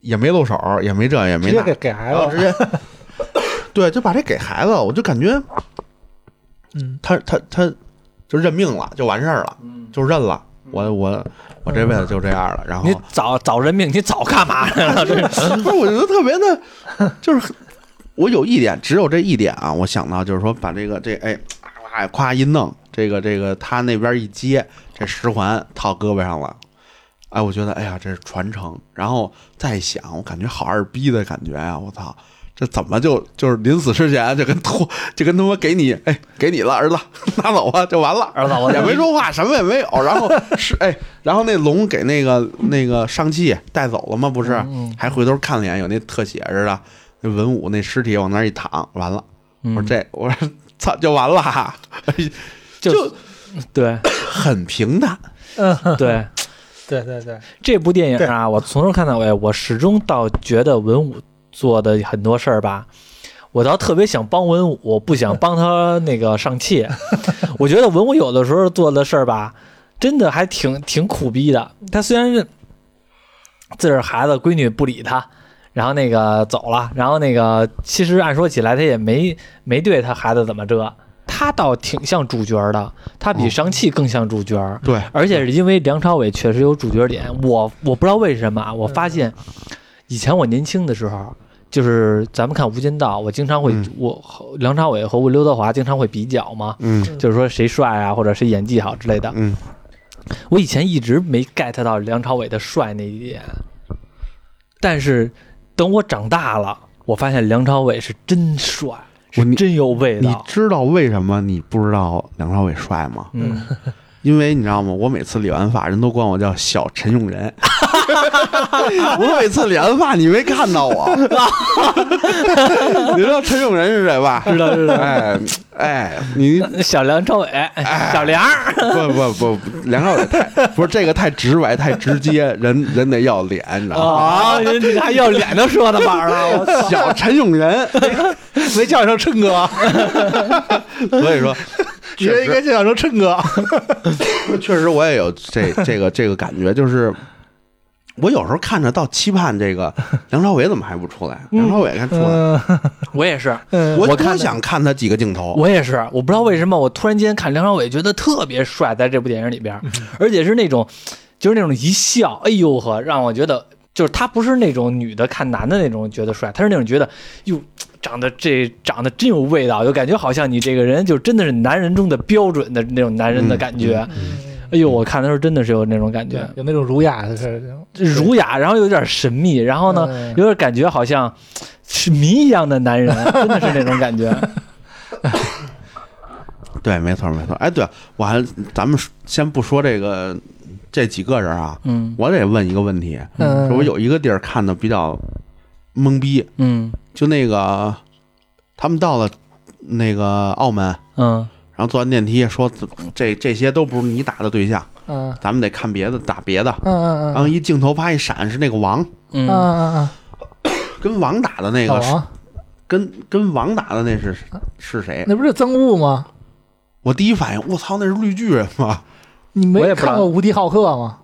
Speaker 3: 也没露手，也没这，也
Speaker 2: 直
Speaker 3: 没
Speaker 2: 接
Speaker 3: 那，
Speaker 2: 给给孩
Speaker 3: 然后直
Speaker 1: 哦
Speaker 2: 子，
Speaker 3: 接对，就把这给孩子了，我就感觉
Speaker 2: 嗯
Speaker 3: 他他他就认命了，就完事儿了，就认了。我我我这辈子就这样了，然后
Speaker 1: 嗯你早早人命，你早干嘛去了？这
Speaker 3: 不是，我觉得特别的，就是很我有一点，只有这一点啊，我想到就是说，把这个这哎，哎，夸一弄，这个这个他那边一接，这十环套胳膊上了，哎，我觉得哎呀，这是传承。然后再想，我感觉好二逼的感觉啊，我操！这怎么就就是临死之前就跟托就跟他妈给你哎给你了儿子拿走吧就完了
Speaker 1: 儿子，我
Speaker 3: 也没说话，什么也没有。然后是哎，然后那龙给那个那个上气带走了吗？不是，
Speaker 1: 嗯
Speaker 3: 还回头看了一眼，有那特写似的，那文武那尸体往那儿一躺，完了。我说
Speaker 1: 嗯
Speaker 3: 这，我说操，就完了，哎
Speaker 1: 就
Speaker 3: 就
Speaker 1: 对
Speaker 3: 很平淡。
Speaker 2: 嗯，
Speaker 1: 对。
Speaker 2: 对对对，
Speaker 1: 这部电影啊，我从头看到尾，我始终倒觉得文武做的很多事儿吧，我倒特别想帮文武，不想帮他那个上气。我觉得文武有的时候做的事儿吧，真的还挺挺苦逼的。他虽然是自个儿孩子闺女不理他。然后那个走了，然后那个其实按说起来，他也没没对他孩子怎么着，他倒挺像主角的，他比
Speaker 3: 嗯
Speaker 1: 上气更像主角。
Speaker 3: 对，
Speaker 1: 而且是因为梁朝伟确实有主角脸，我我不知道为什么啊，
Speaker 3: 嗯
Speaker 1: 我发现以前我年轻的时候，就是咱们看《无间道》，我经常会、
Speaker 3: 嗯
Speaker 1: 我和梁朝伟和刘德华经常会比较嘛，
Speaker 3: 嗯
Speaker 1: 就是说谁帅啊，或者谁演技好之类的。
Speaker 3: 嗯，
Speaker 1: 我以前一直没 get 到梁朝伟的帅那一点，但是等我长大了，我发现梁朝伟是真帅，是
Speaker 3: 我你
Speaker 1: 真有味
Speaker 3: 你
Speaker 1: 道。
Speaker 3: 知道为什么你不知道梁朝伟帅吗？
Speaker 1: 嗯，
Speaker 3: 因为你知道吗？我每次理完发，人都管我叫小陈永仁。 我每次理完发，你没看到我。 你知道陈永仁是谁吧？
Speaker 1: 知道知道
Speaker 3: 哎哎，你
Speaker 1: 小梁朝伟，
Speaker 3: 哎
Speaker 1: 小梁儿，
Speaker 3: 不不不，梁朝伟太不是这个太直白太直接，人人得要脸，你知道吗？
Speaker 1: 啊，人家还要脸都说到板儿了，我操！
Speaker 3: 小陈永仁，
Speaker 2: 没叫一声琛
Speaker 1: 啊
Speaker 2: 哥，
Speaker 3: 所以说
Speaker 2: 你应该叫成琛哥，
Speaker 3: 确实我也有这这个这个感觉，就是我有时候看着倒期盼这个梁朝伟怎么还不出来？梁朝伟还出来，
Speaker 2: 嗯
Speaker 1: 我也是，
Speaker 2: 嗯
Speaker 3: 我
Speaker 1: 我
Speaker 3: 多
Speaker 1: 看
Speaker 3: 想看他几个镜头。
Speaker 1: 我也是，我不知道为什么，我突然间看梁朝伟觉得特别帅，在这部电影里边，而且是那种，就是那种一笑，哎呦呵，让我觉得就是他不是那种女的看男的那种觉得帅，他是那种觉得哟，长得这长得真有味道，就感觉好像你这个人就真的是男人中的标准的那种男人的感觉。哎呦，我看的时候真的是有那种感觉
Speaker 2: 对，，有那种儒雅的事儿，
Speaker 1: 儒雅，然后有点神秘，然后呢，
Speaker 2: 嗯
Speaker 1: 有点感觉好像是谜一样的男 人，真的是那种感觉。
Speaker 3: 对，没错没错。哎，对我还咱们先不说这个这几个人啊，
Speaker 1: 嗯
Speaker 3: 我得问一个问题，
Speaker 2: 嗯，
Speaker 3: 我有一个地儿看的比较懵逼，
Speaker 1: 嗯
Speaker 3: 就那个他们到了那个澳门，
Speaker 1: 嗯
Speaker 3: 然后坐完电梯说这这些都不是你打的对象，
Speaker 2: 嗯
Speaker 3: 咱们得看别的打别的。
Speaker 2: 嗯嗯
Speaker 3: 然后一镜头啪一闪是那个王
Speaker 2: 嗯
Speaker 1: 嗯
Speaker 2: 嗯
Speaker 3: 跟王打的那
Speaker 2: 嗯，
Speaker 3: 个
Speaker 2: 老
Speaker 3: 是，
Speaker 2: 王，嗯
Speaker 3: 跟跟王打的那是是谁？
Speaker 2: 那不是憎恶吗？
Speaker 3: 我第一反应我操那是绿巨人吗？
Speaker 2: 你
Speaker 1: 我
Speaker 2: 没
Speaker 1: 也不知道
Speaker 2: 看过《无敌浩克》吗？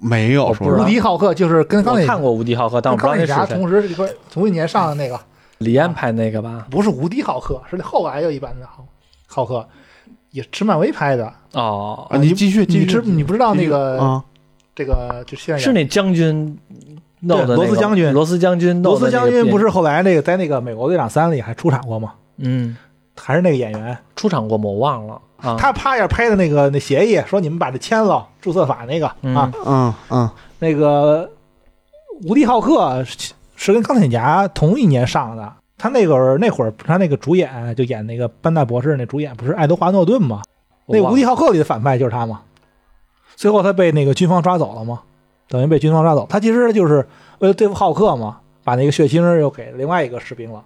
Speaker 3: 没有，
Speaker 1: 我
Speaker 3: 说
Speaker 1: 不知
Speaker 3: 实话
Speaker 1: 道
Speaker 2: 无敌浩克就是跟钢
Speaker 1: 我
Speaker 2: 铁
Speaker 1: 看过《无敌浩克》，但
Speaker 2: 跟
Speaker 1: 我不知道那
Speaker 2: 钢铁侠
Speaker 1: 是谁。
Speaker 2: 同时一块儿同一年上的那个，
Speaker 1: 李安拍那个吧？
Speaker 2: 不是无敌浩克，是后来又一版的浩浩克，也是漫威拍的。
Speaker 1: 哦，
Speaker 3: 啊，你继续继
Speaker 2: 你
Speaker 3: 续
Speaker 2: 知
Speaker 3: 继续
Speaker 2: 你不知道哦那个、
Speaker 3: 啊？
Speaker 2: 这个就现在
Speaker 1: 哦是那将军弄的那个
Speaker 2: 对罗斯将军
Speaker 1: 罗斯将军，
Speaker 2: 罗斯将军不？是后来那个在那个美国队长三里还出场过吗？
Speaker 1: 嗯，
Speaker 2: 还是那个演员，
Speaker 1: 出场过吗？我忘了啊。
Speaker 2: 他啪一下拍的那个那协议，说你们把这签了，啊注册法那个、
Speaker 1: 嗯
Speaker 2: 啊，
Speaker 3: 嗯嗯
Speaker 2: 那个无敌浩克是跟钢铁侠同一年上的。他那会儿那会儿他那个主演就演那个班纳博士那主演不是爱德华诺顿吗？那
Speaker 1: 我忘
Speaker 2: 无
Speaker 1: 了
Speaker 2: 敌浩克里的反派就是他嘛。最后他被那个军方抓走了嘛，等于被军方抓走。他其实就是为了对付浩克嘛，把那个血腥人又给另外一个士兵了，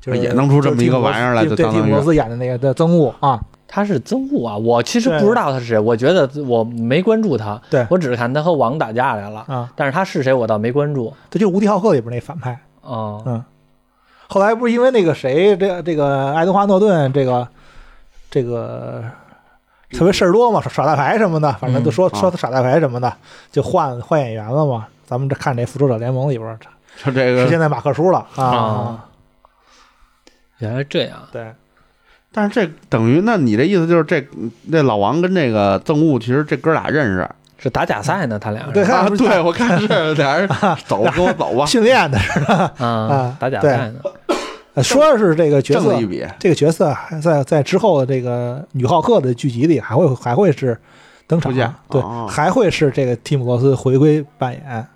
Speaker 2: 就是
Speaker 3: 也弄出这么一个玩意儿来
Speaker 2: 就是
Speaker 3: 就
Speaker 2: 蒂
Speaker 3: 相
Speaker 2: 姆罗斯对蒂
Speaker 3: 当于
Speaker 2: 姆罗斯演的那个的憎恶啊，
Speaker 1: 他是憎恶啊！我其实
Speaker 2: 对
Speaker 1: 不知道他是谁，我觉得我没关注他，
Speaker 2: 对
Speaker 1: 我只是看他和王打架来了
Speaker 2: 啊，
Speaker 1: 但是他是谁我倒没关注
Speaker 2: 这就是无敌浩克里边那反派。
Speaker 3: 哦
Speaker 1: 啊。
Speaker 2: 嗯，后来不是因为那个谁，这个这个爱德华诺顿，这个这个特别事儿多嘛，耍耍大牌什么的，反正就说、
Speaker 3: 嗯啊
Speaker 2: 说他耍大牌什么的，就换换演员了嘛。咱们这看这《复仇者联盟》里边儿
Speaker 3: 就这
Speaker 2: 是现
Speaker 3: 个。
Speaker 2: 在马克叔了啊
Speaker 1: 啊原来这样，
Speaker 2: 对，
Speaker 3: 但是这等于，那你这意思就是这这老王跟这个憎恶，其实这哥俩认识
Speaker 1: 是打假赛呢，他俩是
Speaker 2: 对
Speaker 3: 啊？
Speaker 2: 看不是
Speaker 3: 对，我看是俩人走，跟我走吧，
Speaker 2: 训练的是
Speaker 1: 啊
Speaker 2: 啊，
Speaker 1: 打假赛呢，
Speaker 2: 呃说是这个角
Speaker 3: 挣
Speaker 2: 色
Speaker 3: 了 一，笔。
Speaker 2: 这个角色还在在之后的这个女浩克的剧集里还会还会是登场
Speaker 3: 出现，
Speaker 2: 对，
Speaker 3: 哦
Speaker 2: 还会是这个蒂姆罗斯回归扮演，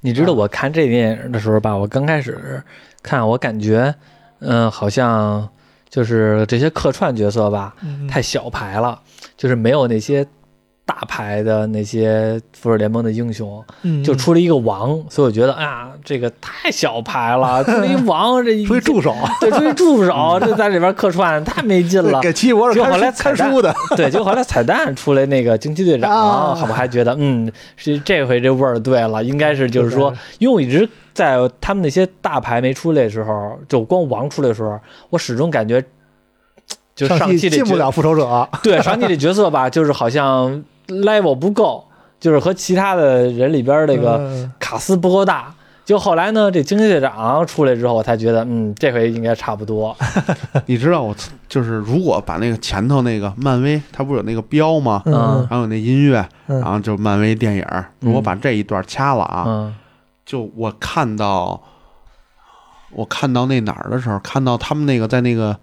Speaker 1: 你知道
Speaker 2: 啊
Speaker 1: 我看这电影的时候吧，我刚开始看，我感觉，嗯、好像就是这些客串角色吧，
Speaker 2: 嗯
Speaker 1: 太小牌了，就是没有那些大牌的那些复仇联盟的英雄，
Speaker 2: 嗯
Speaker 1: 就出了一个王，所以我觉得啊，这个太小牌了，出了一王，这一
Speaker 2: 出一 助手。
Speaker 1: 对出一助 手，这在里边客串太没劲了。
Speaker 2: 给奇异博士
Speaker 1: 就
Speaker 2: 看
Speaker 1: 后来
Speaker 2: 书看
Speaker 1: 彩蛋
Speaker 2: 书的，
Speaker 1: 对，就后来彩蛋出来那个惊奇队长，
Speaker 2: 啊
Speaker 1: 我还觉得嗯，是这回这味儿对了，应该是就是说，因为我一直在他们那些大牌没出来的时候，就光王出来的时候，我始终感觉就
Speaker 2: 上
Speaker 1: 上期这
Speaker 2: 进不
Speaker 1: 角
Speaker 2: 了复仇者，
Speaker 1: 对上期这角色吧，就是好像 level 不够，就是和其他的人里边 那个
Speaker 2: 嗯
Speaker 1: 卡斯不够大。就后来呢，这惊奇队长出来之后，我才觉得，嗯，这回应该差不多。
Speaker 3: 你知道我就是如果把那个前头那个漫威，它不是有那个标吗？
Speaker 1: 嗯
Speaker 2: 嗯
Speaker 3: 然后有那音乐，
Speaker 2: 嗯
Speaker 3: 然后就漫威电影。如果把这一段掐了啊，
Speaker 1: 嗯
Speaker 3: 就我看到我看到那哪儿的时候，看到他们那个在那个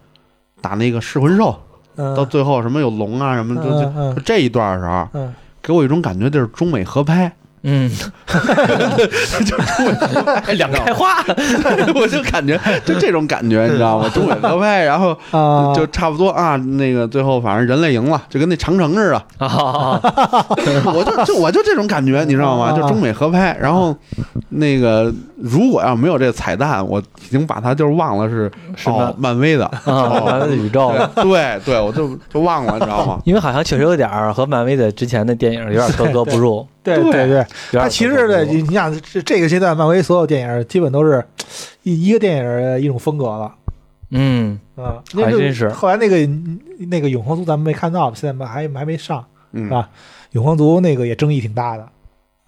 Speaker 3: 打那个噬魂兽，
Speaker 2: 嗯
Speaker 3: 到最后什么有龙啊什么，就就
Speaker 2: 嗯嗯
Speaker 3: 就这一段的时候，
Speaker 2: 嗯，
Speaker 3: 给我一种感觉，就是中美合拍。
Speaker 1: 嗯，
Speaker 3: 哎
Speaker 1: 就两 开花，
Speaker 3: 我就感觉就这种感觉，你知道吗？中美合拍，然后
Speaker 2: 啊，
Speaker 3: 就差不多啊。那个最后反正人类赢了，就跟那长城 似的。
Speaker 1: 啊，
Speaker 3: 我就就我就这种感觉，你知道吗？
Speaker 2: 啊
Speaker 3: 就中美合拍。然后那个如果要没有这个彩蛋，我已经把它就是忘了是
Speaker 1: 是
Speaker 3: 哦
Speaker 1: 吗
Speaker 3: 漫威的。哦
Speaker 1: 啊，咱们宇宙，？
Speaker 3: 对对对，我就就忘了，你知道吗
Speaker 1: 因为好像确实有点儿和漫威的之前的电影有点儿格格不 入。
Speaker 2: 对
Speaker 3: 对
Speaker 2: 对对，
Speaker 1: 有点儿
Speaker 2: 他其
Speaker 1: 格格
Speaker 2: 实
Speaker 1: 不
Speaker 2: 呢，
Speaker 1: 入
Speaker 2: 你你想这这个阶段，漫威所有电影基本都是一一个电影一种风格了，
Speaker 1: 嗯，
Speaker 2: 嗯，
Speaker 1: 还真是
Speaker 2: 后来那个那个永恒族咱们没看到，现在还还没上，
Speaker 3: 嗯
Speaker 2: 啊永恒族那个也争议挺大的，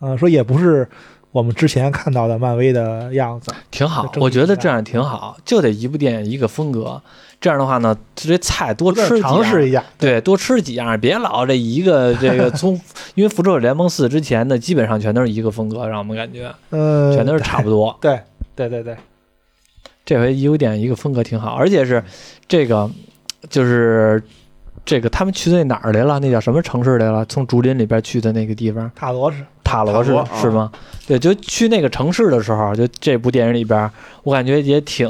Speaker 2: 嗯，说也不是我们之前看到的漫威的样子，
Speaker 1: 挺好
Speaker 2: 这，正
Speaker 1: 我觉得
Speaker 2: 常
Speaker 1: 这样挺好，就得一部电影一个风格。这样的话呢，这菜多吃几啊样
Speaker 2: 尝试一下，
Speaker 1: 对，多吃几样，别老这一个这个 从，因为《复仇者联盟四》之前的基本上全都是一个风格，让我们感觉
Speaker 2: 嗯，
Speaker 1: 全都是差不多。
Speaker 2: 对对对对，
Speaker 1: 这回一个电影一个风格挺好，而且是这个就是这个他们去的那哪儿来了？那叫什么城市来了？从竹林里边去的那个地方，
Speaker 2: 塔罗是
Speaker 1: 塔罗是
Speaker 3: 塔罗
Speaker 1: 是吗？对，就去那个城市的时候，就这部电影里边，我感觉也挺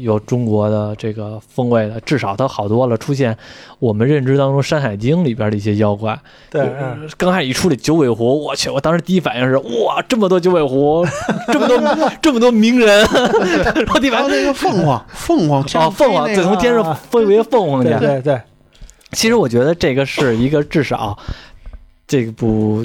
Speaker 1: 有中国的这个风味的，至少它好多了，出现我们认知当中《山海经》里边的一些妖怪。
Speaker 2: 对，嗯。
Speaker 1: 呃刚开始一出这九尾狐，我去，我当时第一反应是哇，这么多九尾狐，这么 多这么多名人，然后第一
Speaker 3: 还
Speaker 1: 反
Speaker 3: 有
Speaker 1: 应。
Speaker 3: 那个凤凰，凤凰
Speaker 1: 哦，凤凰，对，
Speaker 3: 对
Speaker 1: 从天上飞啊为凤凰去
Speaker 2: 对。对对，
Speaker 1: 其实我觉得这个是一个至少这部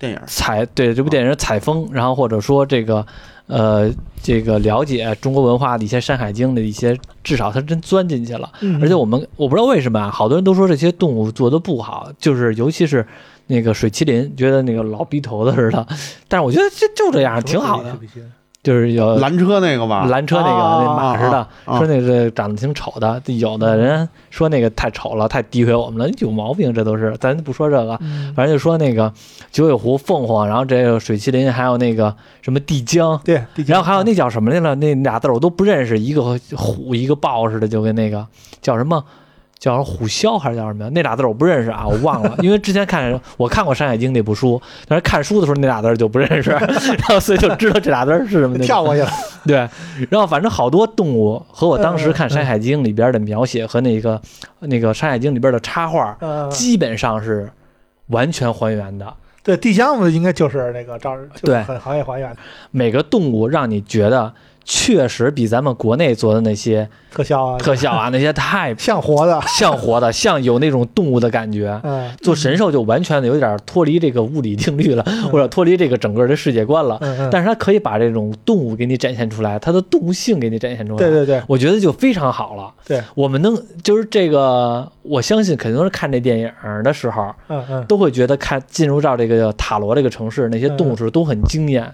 Speaker 3: 电影，
Speaker 1: 采对这部电影采风，然后或者说这个呃这个了解中国文化的一些《山海经》的一些，至少它真钻进去了。
Speaker 2: 嗯
Speaker 1: 而且我们我不知道为什么啊，好多人都说这些动物做的不好，就是尤其是那个水麒麟，觉得那个老逼头子似的。但是我觉得这就这样
Speaker 2: 嗯
Speaker 1: 挺好的，就是有
Speaker 2: 呃
Speaker 3: 蓝车那个吧，
Speaker 1: 拦车那个、
Speaker 2: 啊
Speaker 1: 那马似的，
Speaker 3: 啊啊
Speaker 1: 说那个长得挺丑的，有的人说那个太丑了，太诋毁我们了，有毛病，这都是咱不说这个，
Speaker 2: 嗯
Speaker 1: 反正就说那个九尾狐、凤凰，然后这个水麒麟，还有那个什么帝江，
Speaker 2: 对，地精
Speaker 1: 然后还有那叫什么来了，那俩字儿我都不认识，一个和虎一个豹似的，就跟那个叫什么叫什么虎啸还是叫什么呀？那俩字儿我不认识啊，我忘了，因为之前看我看过《山海经》那部书，但是看书的时候那俩字儿就不认识， 然后所以就知道这俩字儿是什么。
Speaker 2: 跳过去了。
Speaker 1: 对，然后反正好多动物和我当时看《山海经》里边的描写和那个那个《山海经》里边的插画，
Speaker 2: 嗯，
Speaker 1: 基本上是完全还原的。
Speaker 2: 对，地箱子应该就是那个照，就是
Speaker 1: 对
Speaker 2: 很行业还原
Speaker 1: 每个动物让你觉得确实比咱们国内做的那些
Speaker 2: 特效啊，
Speaker 1: 特效 啊，那些太
Speaker 2: 像活的。
Speaker 1: 像活的，像有那种动物的感觉。
Speaker 2: 嗯
Speaker 1: 做神兽就完全的有点脱离这个物理定律了，或者脱离这个整个的世界观了。
Speaker 2: 嗯嗯，
Speaker 1: 但是它可以把这种动物给你展现出来，它的动物性给你展现出来。
Speaker 2: 对对对
Speaker 1: 我觉得就非常好了。
Speaker 2: 对，
Speaker 1: 我们能就是这个，我相信肯定是看这电影儿的时候，
Speaker 2: 嗯嗯，
Speaker 1: 都会觉得看进入到这个塔罗这个城市，那些动物是都很惊艳，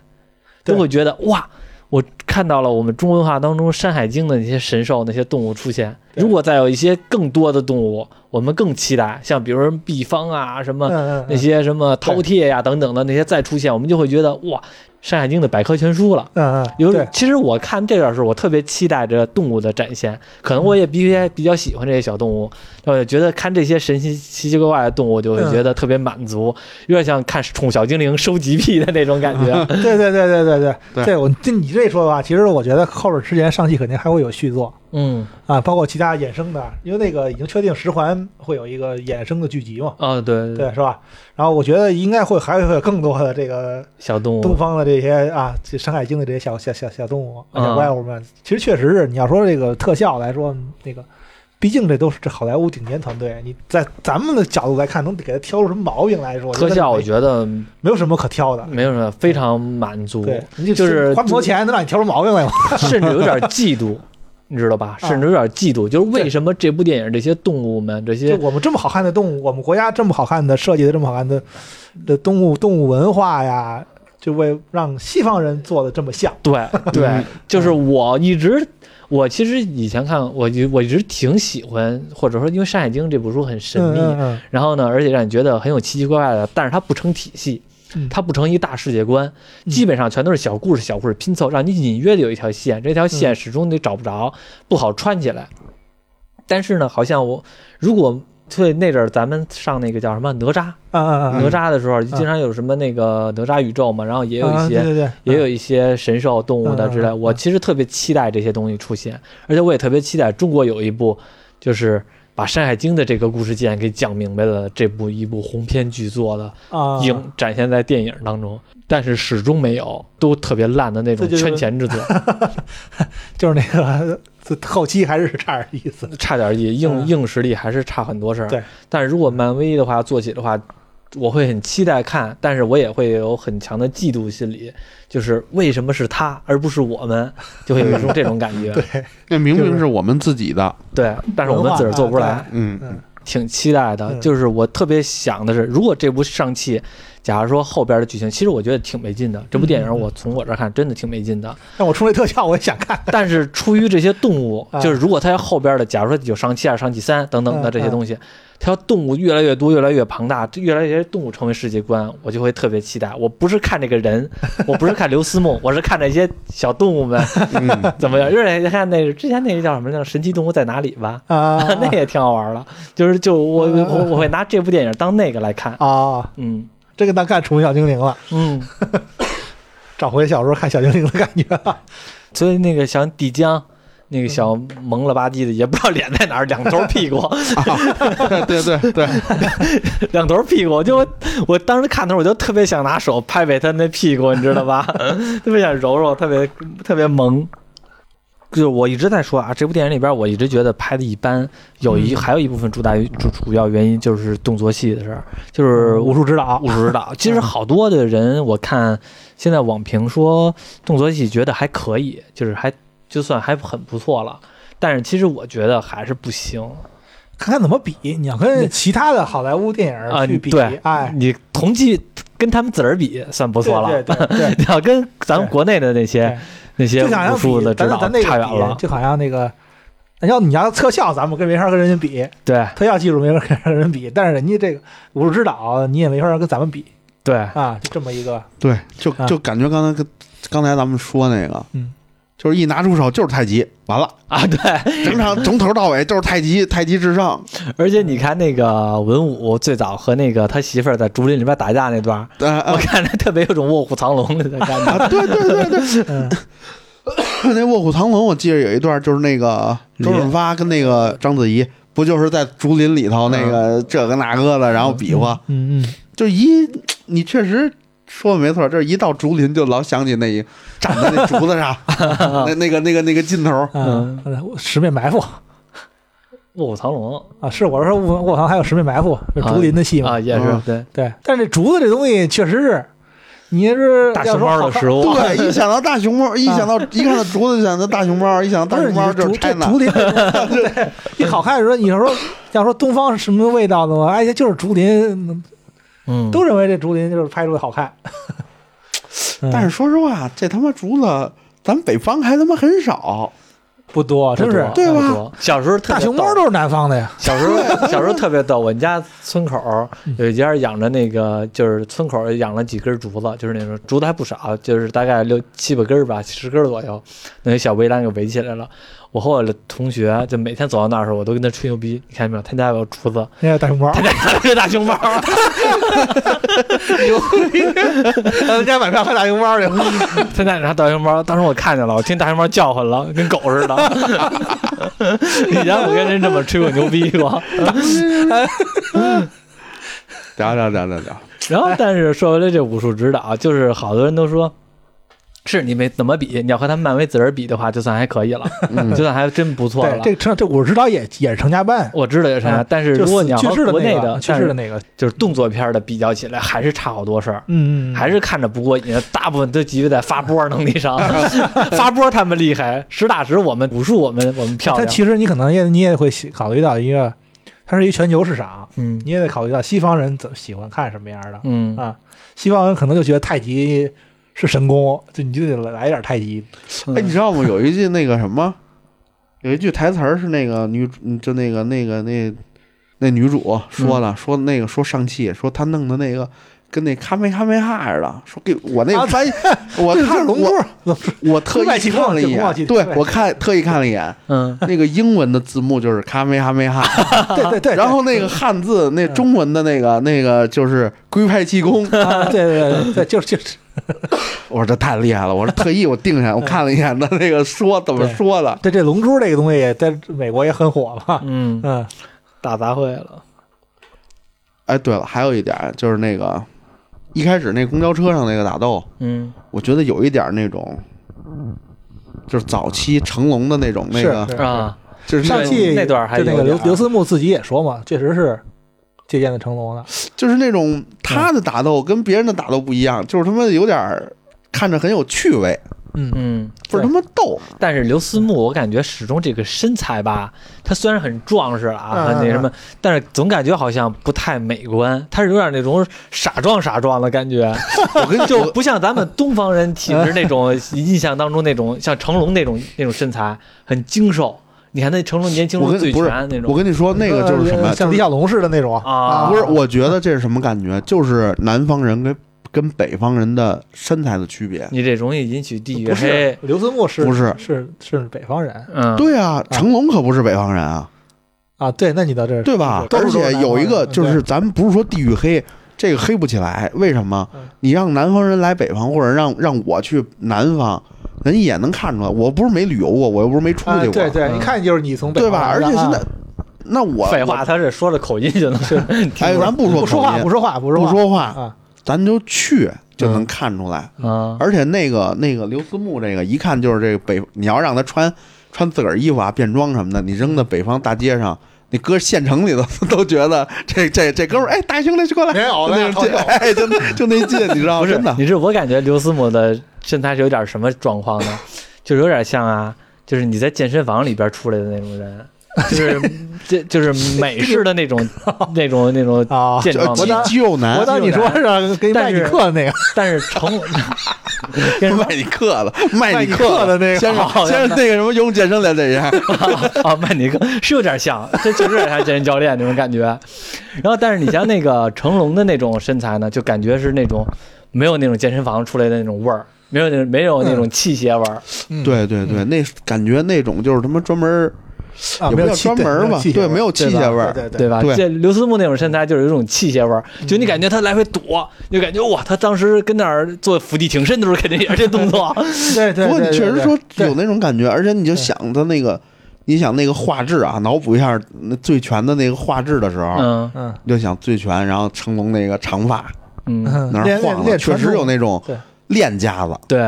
Speaker 2: 对
Speaker 1: 都会觉得哇，我看到了我们中国文化当中《山海经》的那些神兽、那些动物出现。
Speaker 2: 对
Speaker 1: 如果再有一些更多的动物，我们更期待，像比如说毕方啊什么。
Speaker 2: 嗯嗯
Speaker 1: 那些什么饕餮呀等等的那些再出现，我们就会觉得哇，《山海经》的百科全书了。
Speaker 2: 嗯嗯，
Speaker 1: 有
Speaker 2: 对，
Speaker 1: 其实我看这段时候，我特别期待着动物的展现，可能我也比较比较喜欢这些小动物，我也觉得看这些神奇奇奇怪怪的动物，就会觉得特别满足，有点像看《宠物小精灵》收集癖的那种感觉。
Speaker 2: 对对对对对对
Speaker 3: 对
Speaker 2: 这我这你这说的话，其实我觉得后边之前上戏肯定还会有续作
Speaker 1: 嗯，
Speaker 2: 啊，包括其他衍生的，因为那个已经确定十环会有一个衍生的剧集嘛，
Speaker 1: 哦，对对，
Speaker 2: 对，是吧？然后我觉得应该会还会有更多的这个
Speaker 1: 小动
Speaker 2: 东
Speaker 1: 物，
Speaker 2: 方的这些啊，这《山海经》的这些小小小小动物、
Speaker 1: 嗯
Speaker 2: 小怪物们，其实确实是你要说这个特效来说，那个毕竟这都是这好莱坞顶尖团队，你在咱们的角度来看，能给它挑出什么毛病来说？
Speaker 1: 特效我
Speaker 2: 没
Speaker 1: 觉得
Speaker 2: 没有什么可挑的。
Speaker 1: 没有什么，非常满足，
Speaker 2: 对，你
Speaker 1: 就是
Speaker 2: 花那么多钱能让你挑出毛病来吗？
Speaker 1: 甚至有点嫉妒。你知道 吧？甚至有点嫉妒，就是为什么这部电影这些动物们这
Speaker 2: 就
Speaker 1: 些
Speaker 2: 我们这么好看的动物，我们国家这么好看的设计的这么好看的的动物动物文化呀，就为让西方人做的这么像。
Speaker 1: 对对
Speaker 3: 嗯，
Speaker 1: 就是我一直，我其实以前看我一我一直挺喜欢，或者说因为《山海经》这部书很神秘，
Speaker 2: 嗯嗯
Speaker 1: 然后呢，而且让你觉得很有奇奇怪怪的，但是它不成体系
Speaker 2: 嗯。
Speaker 1: 它不成一大世界观，
Speaker 2: 嗯
Speaker 1: 基本上全都是小故事、小故事拼凑，让你隐约的有一条线，这条
Speaker 2: 嗯
Speaker 1: 线始终你找不着，不好串起来。但是呢，好像我如果对那阵儿咱们上那个叫什么哪吒，
Speaker 2: 嗯嗯嗯
Speaker 1: 哪
Speaker 2: 嗯，
Speaker 1: 吒的时候，经常有什么那个哪吒宇宙嘛，然后也有一些
Speaker 2: 啊对对对，
Speaker 1: 也有一些神兽、动物的之类。
Speaker 2: 嗯嗯嗯
Speaker 1: 我其实特别期待这些东西出现，而且我也特别期待中国有一部，就是把《山海经》的这个故事线给讲明白了，这部一部鸿篇巨作的
Speaker 2: 啊
Speaker 1: 影展现在电影当中，但是始终没有，都特别烂的那种
Speaker 2: 这就是
Speaker 1: 圈钱 之作，
Speaker 2: 就是那个 这后期还是差点意思。
Speaker 1: 差点意，硬
Speaker 2: 嗯
Speaker 1: 硬实力还是差很多事儿。
Speaker 2: 对，
Speaker 1: 但是如果漫威的话做起的话。我会很期待看，但是我也会有很强的嫉妒心理，就是为什么是他而不是我们，就会有一种这种感 觉。
Speaker 3: 那明
Speaker 2: 就
Speaker 3: 明
Speaker 2: 是
Speaker 3: 是我们自己的，
Speaker 1: 对，但是我们自个儿做不出
Speaker 2: 文化
Speaker 1: 来
Speaker 2: 啊，
Speaker 3: 嗯
Speaker 2: 嗯
Speaker 1: 挺期待的。
Speaker 2: 嗯
Speaker 1: 就是我特别想的是，如果这部上汽，假如说后边的剧情，其实我觉得挺没劲的。这部
Speaker 2: 嗯
Speaker 1: 电影我从我这儿看真的挺没劲 的，
Speaker 2: 但我出那特效，我也想 看。
Speaker 1: 但是出于这些动物，
Speaker 2: 啊
Speaker 1: 就是如果它要后边的，假如说有上汽二、上汽三等等的
Speaker 2: 嗯
Speaker 1: 这些东西，它要动物越来越多、越来越庞大，这越来越动物成为世界观，我就会特别期待。我不是看这个人，我不是看刘思慕，我是看这些小动物们
Speaker 3: 嗯，
Speaker 1: 怎么样。而且看那之前那个叫什么叫《神奇动物在哪里》吧，
Speaker 2: 啊
Speaker 1: 那也挺好玩儿的，就是就我
Speaker 2: 嗯嗯
Speaker 1: 我我会拿这部电影当那个来看，
Speaker 2: 啊，
Speaker 1: 嗯
Speaker 2: 这个当看《宠物小精灵》了，
Speaker 1: 嗯，
Speaker 2: 找回小时候看小精灵的感 觉了。
Speaker 1: 所以那个像帝江那个小萌了吧唧的，也不知道脸在哪儿，两头屁股，
Speaker 3: 对对 对对，
Speaker 1: 两头屁股，就我当时看的时候，我就特别想拿手拍拍他那屁股，你知道 吧？特别想揉揉，特别特别萌。就是我一直在说啊，这部电影里边，我一直觉得拍的一般，有一、
Speaker 2: 嗯
Speaker 1: 还有一部分主打于主主要原因就是动作戏的事儿，就是
Speaker 2: 武术指导
Speaker 1: 我不知道。其实好多的人，我看现在网评说动作戏觉得还可以，就是还就算还很不错了。但是其实我觉得还是不行
Speaker 2: 看看怎么比，你要跟其他的好莱坞电
Speaker 1: 啊！你
Speaker 2: 影去比，
Speaker 1: 对，
Speaker 2: 哎，
Speaker 1: 你同期跟他们自个儿比算不
Speaker 2: 不
Speaker 1: 错了。
Speaker 2: 对对 对，
Speaker 1: 你要跟咱们
Speaker 2: 对
Speaker 1: 国内的那些
Speaker 2: 对
Speaker 1: 那些
Speaker 2: 就好像
Speaker 1: 武术
Speaker 2: 比
Speaker 1: 的指
Speaker 2: 咱
Speaker 1: 导
Speaker 2: 咱那
Speaker 1: 差
Speaker 2: 个
Speaker 1: 远了
Speaker 2: 比，，就好像那个。要你要特效，咱们跟没法跟人家比，
Speaker 1: 对
Speaker 2: 特效技术没法跟人比，但是人家这个武术指导你也没法跟咱们比
Speaker 1: 对，
Speaker 2: 啊，就这么一个，
Speaker 3: 对，就
Speaker 2: 啊
Speaker 3: 就感觉刚才跟刚才咱们说那个，
Speaker 2: 嗯，
Speaker 3: 就是一拿出手就是太极，完了，
Speaker 1: 啊，对，
Speaker 3: 整场从头到尾就是太极，太极至上。
Speaker 1: 而且你看那个文武最早和那个他媳妇儿在竹林里边打架那段儿，
Speaker 3: 呃
Speaker 2: 啊
Speaker 1: 我
Speaker 3: 呃
Speaker 1: 看着特别有种卧虎藏龙的感 觉。
Speaker 3: 啊，对对对对，
Speaker 2: 嗯，
Speaker 3: 那卧虎藏龙，我记得有一段就是那个周润发跟那个章子怡，不就是在竹林里头那个这个那个的，然后比划，
Speaker 2: 嗯嗯，
Speaker 3: 就一你确实。说的没错，就是一到竹林就老想起那一站在那竹子 上，那那个那个那个劲头，
Speaker 2: 嗯，嗯十面埋伏
Speaker 1: 卧虎藏龙
Speaker 2: 啊，是我是说卧卧房还有十面埋伏，就竹林的戏嘛。
Speaker 1: 啊，也是
Speaker 3: 嗯
Speaker 1: 对
Speaker 2: 对，但是这竹子这东西确实是，你要是
Speaker 1: 大
Speaker 2: 要
Speaker 1: 熊
Speaker 2: 说
Speaker 1: 猫
Speaker 2: 好
Speaker 1: 的啊食物，
Speaker 3: 对，一想到大 熊猫，一想到一看到竹子，就想到大熊猫，一想
Speaker 2: 不
Speaker 3: 到大
Speaker 2: 是
Speaker 3: 熊
Speaker 2: 你
Speaker 3: 猫
Speaker 2: 这
Speaker 3: 就
Speaker 2: 竹
Speaker 3: 是
Speaker 2: 这
Speaker 3: China，
Speaker 2: 竹林， 对，一好看说，你要说要说东方是什么味道的吗？哎，就是竹林，
Speaker 1: 嗯，
Speaker 2: 都认为这竹林就是拍出来好看。 嗯
Speaker 3: 但是说实话，这他妈竹子，咱们北方还他妈很 少。
Speaker 2: 不多，真是
Speaker 1: 不多
Speaker 3: 对吧？
Speaker 1: 不多小时候特别
Speaker 2: 大熊
Speaker 1: 逗
Speaker 2: 猫都是南方的呀。
Speaker 1: 小 时候小时候特别逗，我们家村口儿
Speaker 2: 嗯
Speaker 1: 有一家养着那个，就是村口儿养了几根竹子，就是那种竹子还不少，就是大概六七八根儿吧，十根儿左右，那个小围栏给围起来了。我和我的同学就每天走到那儿的时候，我都跟他吹牛逼，你看见没有？他家有竹子，
Speaker 2: 那哎个大熊猫，
Speaker 1: 他家是大熊猫，
Speaker 2: 咱们家买票看大熊猫去。
Speaker 1: 他家拿大熊猫。当时我看见了，我听大熊猫叫唤了，跟狗 似的。以前我跟人这么吹过牛逼过。
Speaker 3: 聊聊聊聊聊，
Speaker 1: 然后，但是说回来，这武术指导就是好多人都说，是你没怎么比，你要和他们漫威自个儿比的话，就算还可以了，就算还真不错
Speaker 2: 对，
Speaker 1: 了。
Speaker 2: 这成这武指导也也是成家班，
Speaker 1: 我知道有啥，
Speaker 2: 啊
Speaker 1: 但是
Speaker 2: 就
Speaker 1: 如果你要
Speaker 2: 去世
Speaker 1: 和
Speaker 2: 的
Speaker 1: 国内
Speaker 2: 那
Speaker 1: 的
Speaker 2: 个，去
Speaker 1: 但
Speaker 2: 世的
Speaker 1: 是
Speaker 2: 那个，
Speaker 1: 就是动作片的比较起来，还是差好多事儿。
Speaker 2: 嗯，嗯嗯
Speaker 1: 还是看着不过瘾，大部分都集中在发波能力 上，发波他们厉害，实打实我们武术我们我们漂
Speaker 2: 但
Speaker 1: 亮，
Speaker 2: 其实你可能也你也会喜考虑到一个，它是一全球市场，
Speaker 1: 嗯
Speaker 2: 你也得考虑到西方人怎么喜欢看什么样的。
Speaker 1: 嗯，
Speaker 2: 啊，西方人可能就觉得太极是神功，就你就得来点太极。
Speaker 3: 哎，你知道吗？有一句那个什么，有一句台词儿是那个女，嗯就那个那个那那女主说
Speaker 2: 嗯
Speaker 3: 的，说那个说上气，说她弄的那个。跟那咖啡咖啡哈似的，说给我那
Speaker 2: 啊
Speaker 3: 翻译， 我看
Speaker 2: 龙
Speaker 3: 我
Speaker 2: 珠，龙 珠
Speaker 3: 我特
Speaker 2: 外
Speaker 3: 意
Speaker 2: 气功
Speaker 3: 看了一
Speaker 2: 就宫外气
Speaker 3: 眼，
Speaker 2: 功
Speaker 3: 对
Speaker 2: 对
Speaker 3: 我看特意看了一眼，
Speaker 1: 嗯
Speaker 3: 那个英文的字幕就是咖啡哈啡哈，
Speaker 2: 对对嗯对，
Speaker 3: 然后那个汉字，那中文的那个那个就是龟派 气功。
Speaker 2: 啊，对对对对，就是就是
Speaker 3: 我说这太厉害了，我说特意我定下，我看了一眼他那个说怎么说的。
Speaker 2: 对这龙珠这个东西也在美国也很火嘛。
Speaker 1: 嗯，
Speaker 2: 嗯，
Speaker 1: 大杂烩了，
Speaker 3: 哎，对了，还有一点就是那个一开始那公交车上那个打斗，
Speaker 1: 嗯
Speaker 3: 我觉得有一点那种。就是早期成龙的那种那
Speaker 2: 是
Speaker 3: 个，
Speaker 2: 是
Speaker 1: 啊，
Speaker 3: 就是那
Speaker 2: 上
Speaker 3: 种
Speaker 2: 汽
Speaker 1: 那段还
Speaker 2: 就那个
Speaker 1: 有
Speaker 2: 刘
Speaker 1: 点儿
Speaker 2: 刘思慕自己也说嘛，确实是借鉴的成龙的。
Speaker 3: 就是那种他的打斗跟别人的打斗不一样，就是他妈有点儿看着很有趣味，
Speaker 2: 嗯，
Speaker 1: 嗯，
Speaker 3: 不是他妈逗。
Speaker 1: 但是刘思
Speaker 3: 嗯
Speaker 1: 慕，我感觉始终这个身材吧，他虽然很壮实啊，
Speaker 2: 嗯
Speaker 1: 很那什么，但是总感觉好像不太美观。他是有点那种傻壮傻壮的感 觉，
Speaker 3: 我跟
Speaker 1: 就
Speaker 3: 我
Speaker 1: 不像咱们东方人体质那种印象当中那种像成龙那种那种身材，很精瘦。你看那成龙年轻时
Speaker 3: 我
Speaker 1: 候
Speaker 3: 跟
Speaker 1: 醉
Speaker 3: 不是
Speaker 1: 拳那
Speaker 3: 我
Speaker 1: 种
Speaker 3: 跟你说那个就是什么，
Speaker 2: 呃像李小龙似的那种
Speaker 1: 啊，
Speaker 3: 不是，我觉得这是什么感觉？就是南方人跟跟北方人的身材的区别。
Speaker 1: 你这容易引起地域
Speaker 2: 呃不是
Speaker 1: 黑。
Speaker 2: 刘思慕是
Speaker 3: 不是
Speaker 2: 是是北方人
Speaker 1: 嗯，
Speaker 3: 对啊，成龙可不是北方人啊，
Speaker 2: 啊？对，那你到这儿
Speaker 3: 对吧？
Speaker 2: 都
Speaker 3: 而
Speaker 2: 是都是
Speaker 3: 且
Speaker 2: 南方
Speaker 3: 有一个
Speaker 2: 人
Speaker 3: 就
Speaker 2: 对
Speaker 3: 是，咱们不是说地域黑，这个黑不起来，为什么
Speaker 2: 嗯？
Speaker 3: 你让南方人来北方，或者让让我去南方，人也能看出来，我不是没旅游过，我又不是没出
Speaker 2: 啊
Speaker 3: 去过，
Speaker 2: 对对，
Speaker 1: 嗯
Speaker 2: 一看就是你从北
Speaker 3: 对
Speaker 2: 方
Speaker 3: 吧？
Speaker 2: 来
Speaker 3: 而
Speaker 2: 的
Speaker 3: 且现
Speaker 2: 啊
Speaker 3: 在，那我
Speaker 1: 废话，，他是说着口音就能。
Speaker 3: 我哎，咱不说
Speaker 2: 不说
Speaker 3: 口
Speaker 2: 话，
Speaker 3: 音
Speaker 2: 不说话，不说
Speaker 3: 不
Speaker 2: 话，
Speaker 3: 说话，
Speaker 2: 啊，嗯
Speaker 3: 咱就去就能看出来。
Speaker 1: 啊，
Speaker 3: 而且那个那个刘思慕这个一看就是这个北，你要让他穿穿自个儿衣服啊、便装什么的，你扔到北方大街上，你搁县城里头 都觉得这这这哥们儿哎，大兄弟过来，
Speaker 2: 没有
Speaker 3: 就那种劲，哎，就那就那劲，你知道吗？
Speaker 1: 不是
Speaker 3: 真
Speaker 2: 啊
Speaker 3: 的，
Speaker 1: 你是我感觉刘思慕的身材是有点什么状况 呢？就是有点像啊，就是你在健身房里边出来的那种 人，就是这就是美式的那种那种那种
Speaker 2: 啊。
Speaker 1: 健壮
Speaker 3: 就
Speaker 1: 的。
Speaker 3: 肌肌肉
Speaker 2: 我
Speaker 3: 男，
Speaker 2: 当你说是给
Speaker 1: 但
Speaker 2: 麦
Speaker 1: 是
Speaker 2: 尼克的那个，
Speaker 1: 但是 成啊跟人说
Speaker 3: 卖你克了，卖
Speaker 2: 麦
Speaker 3: 你
Speaker 2: 尼
Speaker 3: 克
Speaker 2: 克的那个
Speaker 3: 先
Speaker 1: 好
Speaker 3: 生先生那个什么游泳健身的这 人，
Speaker 1: 啊，曼尼克是有点像，这确实有点像健身教练那种感觉。然后，但是你像那个成龙的那种身材呢，就感觉是那种没有那种健身房出来的那种味儿，没有那没有那种器械玩儿，
Speaker 2: 嗯
Speaker 3: 对对对，那感觉那种就是他妈专门儿
Speaker 2: 啊，
Speaker 3: 也
Speaker 2: 没有
Speaker 3: 不叫
Speaker 2: 气
Speaker 3: 专门儿吧，对，没有器械味
Speaker 2: 味
Speaker 3: 儿，
Speaker 2: 对对嗯
Speaker 1: 对
Speaker 2: 对
Speaker 1: 吧？
Speaker 3: 对
Speaker 1: 这刘思慕那种身材就是有一种器械味儿，就你感觉他来回躲，你就感觉哇，他当时跟那儿做伏地挺身的时候，肯定也是这动 作。
Speaker 2: 对对。
Speaker 3: 不过你确实说
Speaker 2: 对
Speaker 3: 有那种感觉，而且你就想他那个，你想那个画质啊，脑补一下那醉拳的那个画质的时候，
Speaker 1: 嗯
Speaker 2: 嗯
Speaker 3: 你就想醉拳，然后成龙那个长发
Speaker 1: 嗯，
Speaker 2: 嗯
Speaker 3: 那儿
Speaker 2: 练
Speaker 3: 晃
Speaker 2: 练
Speaker 3: 了，
Speaker 2: 练
Speaker 3: 确
Speaker 2: 传
Speaker 3: 实有
Speaker 2: 统
Speaker 3: 那种
Speaker 2: 对
Speaker 3: 练家子，
Speaker 1: 对，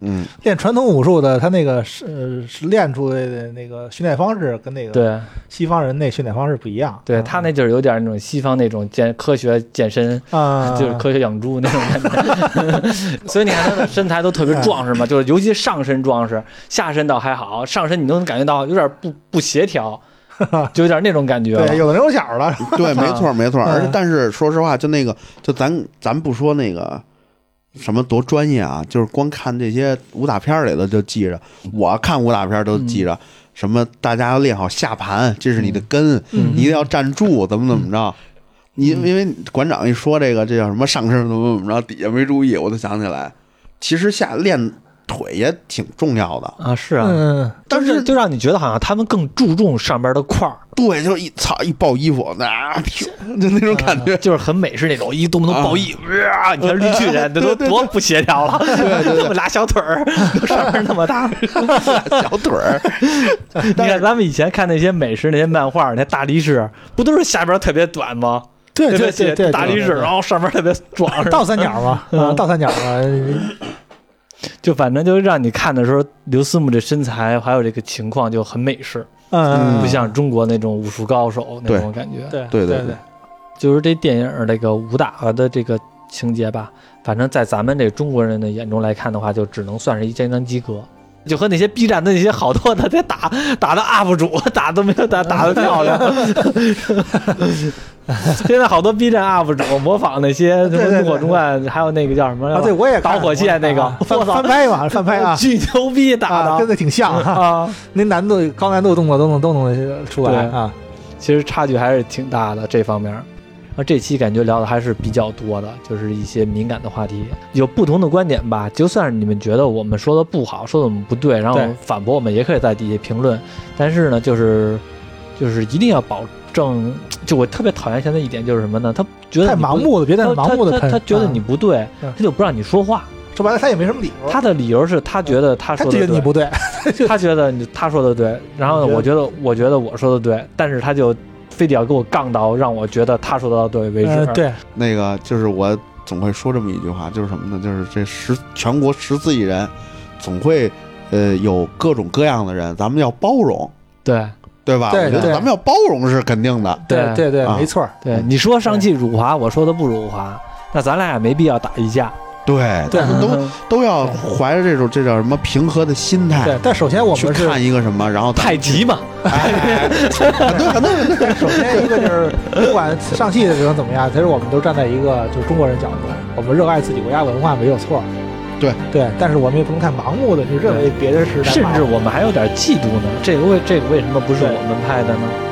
Speaker 3: 嗯，
Speaker 2: 练传统武术的，他那个是呃是练出来的那个训练方式跟那个
Speaker 1: 对
Speaker 2: 西方人那训练方式不一样。啊
Speaker 1: 对，他那就是有点那种西方那种健科学健身。
Speaker 2: 啊，
Speaker 1: 就是科学养猪那种感觉， 所以你看他的身材都特别壮实嘛，就是尤其上身壮实，下身倒还好，上身你都能感觉到有点不不协 调，就有点那种感觉了。
Speaker 2: 对，有的人有小了，
Speaker 3: 对，没错没错。
Speaker 2: 嗯
Speaker 3: 而且但是说实话，就那个，就咱咱不说那个什么多专业啊，就是光看这些武打片儿里头就记着，我看武打片儿都记着。什么？大家要练好下盘，这是你的根，
Speaker 2: 嗯
Speaker 3: 你一定要站住，怎么怎么着？你因为馆长一说这个，这叫什么上身怎么怎么着，底下没注意，我就想起来，其实下练腿也挺重要的。
Speaker 1: 啊，是啊，
Speaker 2: 嗯，
Speaker 1: 但是就让你觉得好像他们更注重上边的块儿，
Speaker 3: 对，就一操一抱衣服，那、 啊、就那种感 觉，
Speaker 2: 嗯
Speaker 1: 就是很美式那种，一动不动抱一，哇！你看绿巨 人，这都多不协调了，这么俩小腿 儿，上面那么大。
Speaker 3: 小腿儿。
Speaker 1: 你看咱们以前看那些美式那些漫画，那大力士不都是下边特别短吗？
Speaker 2: 对
Speaker 1: 特别
Speaker 2: 对
Speaker 1: 细
Speaker 2: 对对，
Speaker 1: 大
Speaker 2: 对
Speaker 1: 力士，然后上边特别壮，是吧 嗯
Speaker 2: 倒三角嘛，啊，倒三角嘛， 嗯
Speaker 1: 就反正就是让你看的时候，刘思慕这身材还有这个情况就很美式，
Speaker 2: 嗯，
Speaker 1: 不像中国那种武术高手那种感觉。
Speaker 2: 对
Speaker 3: 对对
Speaker 2: 对
Speaker 3: 对
Speaker 1: 就是这电影儿那个武打的这个情节吧，反正在咱们这中国人的眼中来看的话，就只能算是一相当及格。就和那些 B 站的那些好多的在打 打的 UP 主打都没有打打的漂亮， 现在好多 B 站 UP 主模仿那些什
Speaker 2: 对
Speaker 1: 么
Speaker 2: 对
Speaker 1: 怒火中万，还有那个叫什么来着
Speaker 2: 啊，对我也看
Speaker 1: 导火线那个
Speaker 2: 啊
Speaker 1: 我
Speaker 2: 翻
Speaker 1: 操
Speaker 2: 翻拍嘛，翻拍 啊，
Speaker 1: 巨牛逼打
Speaker 2: 啊，
Speaker 1: 的
Speaker 2: 跟那挺像 啊，
Speaker 1: 啊，
Speaker 2: 那难度高难度动作都能都能出来啊，
Speaker 1: 其实差距还是挺大的这方面儿。那这期感觉聊的还是比较多的，就是一些敏感的话题，有不同的观点吧。就算是你们觉得我们说的不好，说的我们不对，然后
Speaker 2: 对
Speaker 1: 反驳我们，也可以在底下评论。但是呢，就是就是一定要保证，就我特别讨厌现在一点就是什么呢？他觉得
Speaker 2: 太
Speaker 1: 你不
Speaker 2: 盲，目了，别再
Speaker 1: 他
Speaker 2: 盲目的
Speaker 1: 他他
Speaker 2: 喷，
Speaker 1: 他觉得
Speaker 2: 啊
Speaker 1: 你不对，
Speaker 2: 嗯
Speaker 1: 他就不让你说话。
Speaker 2: 说白了他也没什么理由，
Speaker 1: 他的理由是他觉得他
Speaker 2: 他
Speaker 1: 说的
Speaker 2: 觉得
Speaker 1: 对
Speaker 2: 你不对，
Speaker 1: 他觉得你他说的对，然后呢，我
Speaker 2: 你
Speaker 1: 觉得我觉得我说的对，但是他就非得要给我杠到让我觉得他说的对为止。
Speaker 2: 嗯，对，
Speaker 3: 那个就是我总会说这么一句话，就是什么呢？就是这十全国十四亿人，总会呃有各种各样的人，咱们要包容，
Speaker 1: 对
Speaker 3: 对吧？
Speaker 2: 对
Speaker 3: 我觉得
Speaker 2: 对
Speaker 3: 咱们要包容是肯定的。
Speaker 1: 对
Speaker 2: 对对对
Speaker 3: 啊，
Speaker 2: 没错儿，
Speaker 1: 对，你说上汽辱华，我说的不辱华，那咱俩也没必要打一架。
Speaker 3: 对，
Speaker 2: 对
Speaker 3: 咱们都
Speaker 1: 嗯
Speaker 3: 都要怀着这种这叫什么平和的心态
Speaker 1: 哎
Speaker 2: 对，但首先我
Speaker 3: 去
Speaker 2: 们是
Speaker 3: 看一个什么，然后咱
Speaker 1: 太极嘛，
Speaker 3: 哎
Speaker 2: 首先一个就是，不管上戏的人怎么样，其实我们都站在一个就是中国人角度，我们热爱自己国家文化没有错。
Speaker 3: 对
Speaker 2: 对，但是我们也不能太盲目的去认为别人是在
Speaker 1: 甚
Speaker 2: 骂
Speaker 1: 至
Speaker 2: 我们
Speaker 1: 我们还有点嫉妒呢。这个为这个为什么不是我们拍的呢？